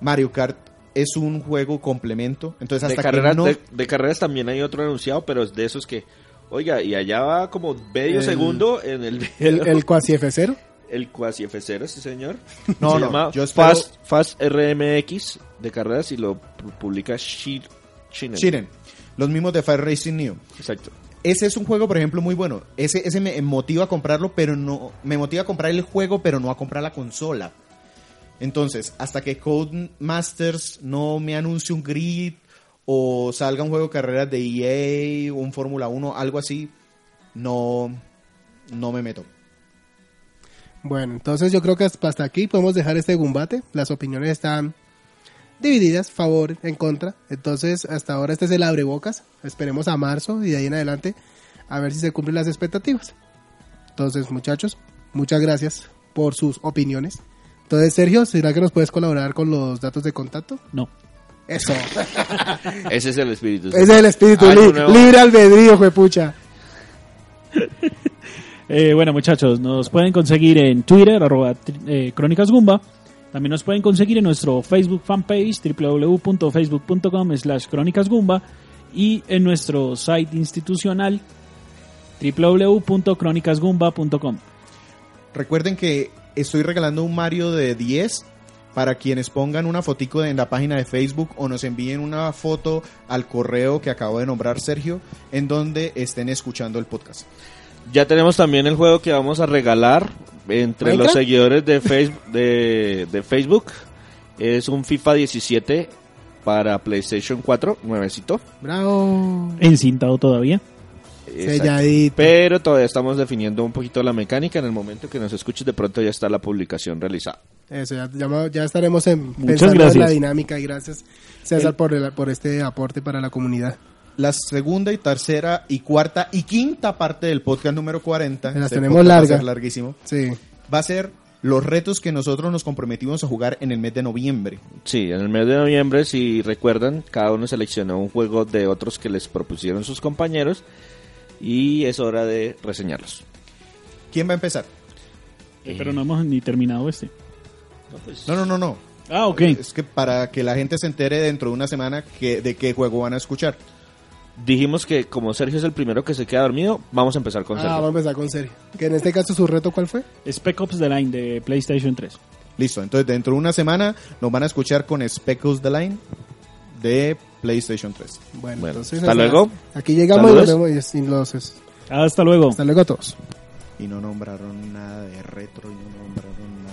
B: Mario Kart es un juego complemento, entonces
D: De
B: hasta
D: carreras,
B: que no...
D: de, de carreras también hay otro anunciado, pero es de esos que, oiga, y allá va como medio
C: El-
D: segundo en el video.
C: El, el cuasi F0.
D: El cuasi F0, sí señor.
B: No, no,
D: Se llama
B: yo espero-
D: Fast, Fast RMX de carreras y lo pu- publica Shi- Shinen.
B: Shiren, los mismos de Fire Racing New.
D: Exacto.
B: Ese es un juego, por ejemplo, muy bueno. Ese, ese me motiva a comprarlo, pero no. Me motiva a comprar el juego, pero no a comprar la consola. Entonces, hasta que Codemasters no me anuncie un grid o salga un juego de carreras de EA, un Fórmula 1, algo así, no, no me meto.
C: Bueno, entonces yo creo que hasta hasta aquí podemos dejar este gumbate. Las opiniones están divididas, favor, en contra. Entonces, hasta ahora este es el abrebocas. Esperemos a marzo y de ahí en adelante a ver si se cumplen las expectativas. Entonces, muchachos, muchas gracias por sus opiniones. Entonces, Sergio, ¿será que nos puedes colaborar con los datos de contacto?
A: No.
C: Eso.
D: Ese es el espíritu.
C: Ese es el espíritu
D: Año
C: li-
D: nuevo.
C: libre albedrío, juepucha.
A: Eh, bueno, muchachos, nos pueden conseguir en Twitter, arroba tri- eh, Crónicas Gumba. También nos pueden conseguir en nuestro Facebook fanpage, www.facebook.com slash Crónicas Gumba. Y en nuestro site institucional, www.cronicasgumba.com.
B: Recuerden que estoy regalando un Mario de 10 para quienes pongan una fotico en la página de Facebook o nos envíen una foto al correo que acabo de nombrar Sergio en donde estén escuchando el podcast.
D: Ya tenemos también el juego que vamos a regalar entre
C: ¿Minecraft?
D: los seguidores de, Facebook de, de Facebook. Es un FIFA 17 para PlayStation 4, nuevecito.
C: Bravo.
A: Encintado todavía.
D: Exacto.
C: Selladito.
D: Pero todavía estamos definiendo un poquito la mecánica. En el momento que nos escuches, de pronto ya está la publicación realizada.
C: Eso, ya, ya- ya estaremos en,
A: Muchas
C: pensando en la
A: gracias.
C: dinámica y gracias César por, el- por este aporte para la comunidad.
B: La segunda y tercera y cuarta y quinta parte del podcast número 40.
C: Las
B: este
C: tenemos
B: podcast va a
C: larga.
B: ser larguísimo.
C: Sí,
B: Va a ser los retos que nosotros nos comprometimos a jugar en el mes de noviembre.
D: Sí, en el mes de noviembre, si recuerdan, cada uno seleccionó un juego de otros que les propusieron sus compañeros. Y es hora de reseñarlos.
B: ¿Quién va a empezar?
A: Eh, Pero no hemos ni terminado este.
B: No, pues. no, no, no.
A: Ah, ok.
B: Es que para que la gente se entere dentro de una semana que, de qué juego van a escuchar.
D: Dijimos que como Sergio es el primero que se queda dormido, vamos a empezar con
C: Ah,
D: Sergio.
C: vamos a empezar con Sergio. Que en este caso su reto, ¿cuál fue?
A: Spec Ops The Line de PlayStation 3.
B: Listo, entonces dentro de una semana nos van a escuchar con Speckles the Line de PlayStation 3.
C: Bueno,
D: Bueno,
C: entonces
D: hasta luego.
C: Aquí llegamos y
D: Saludos.
C: nos vemos. y- y los-
A: Hasta luego.
C: hasta luego a todos.
B: Y no nombraron nada de retro y no nombraron nada.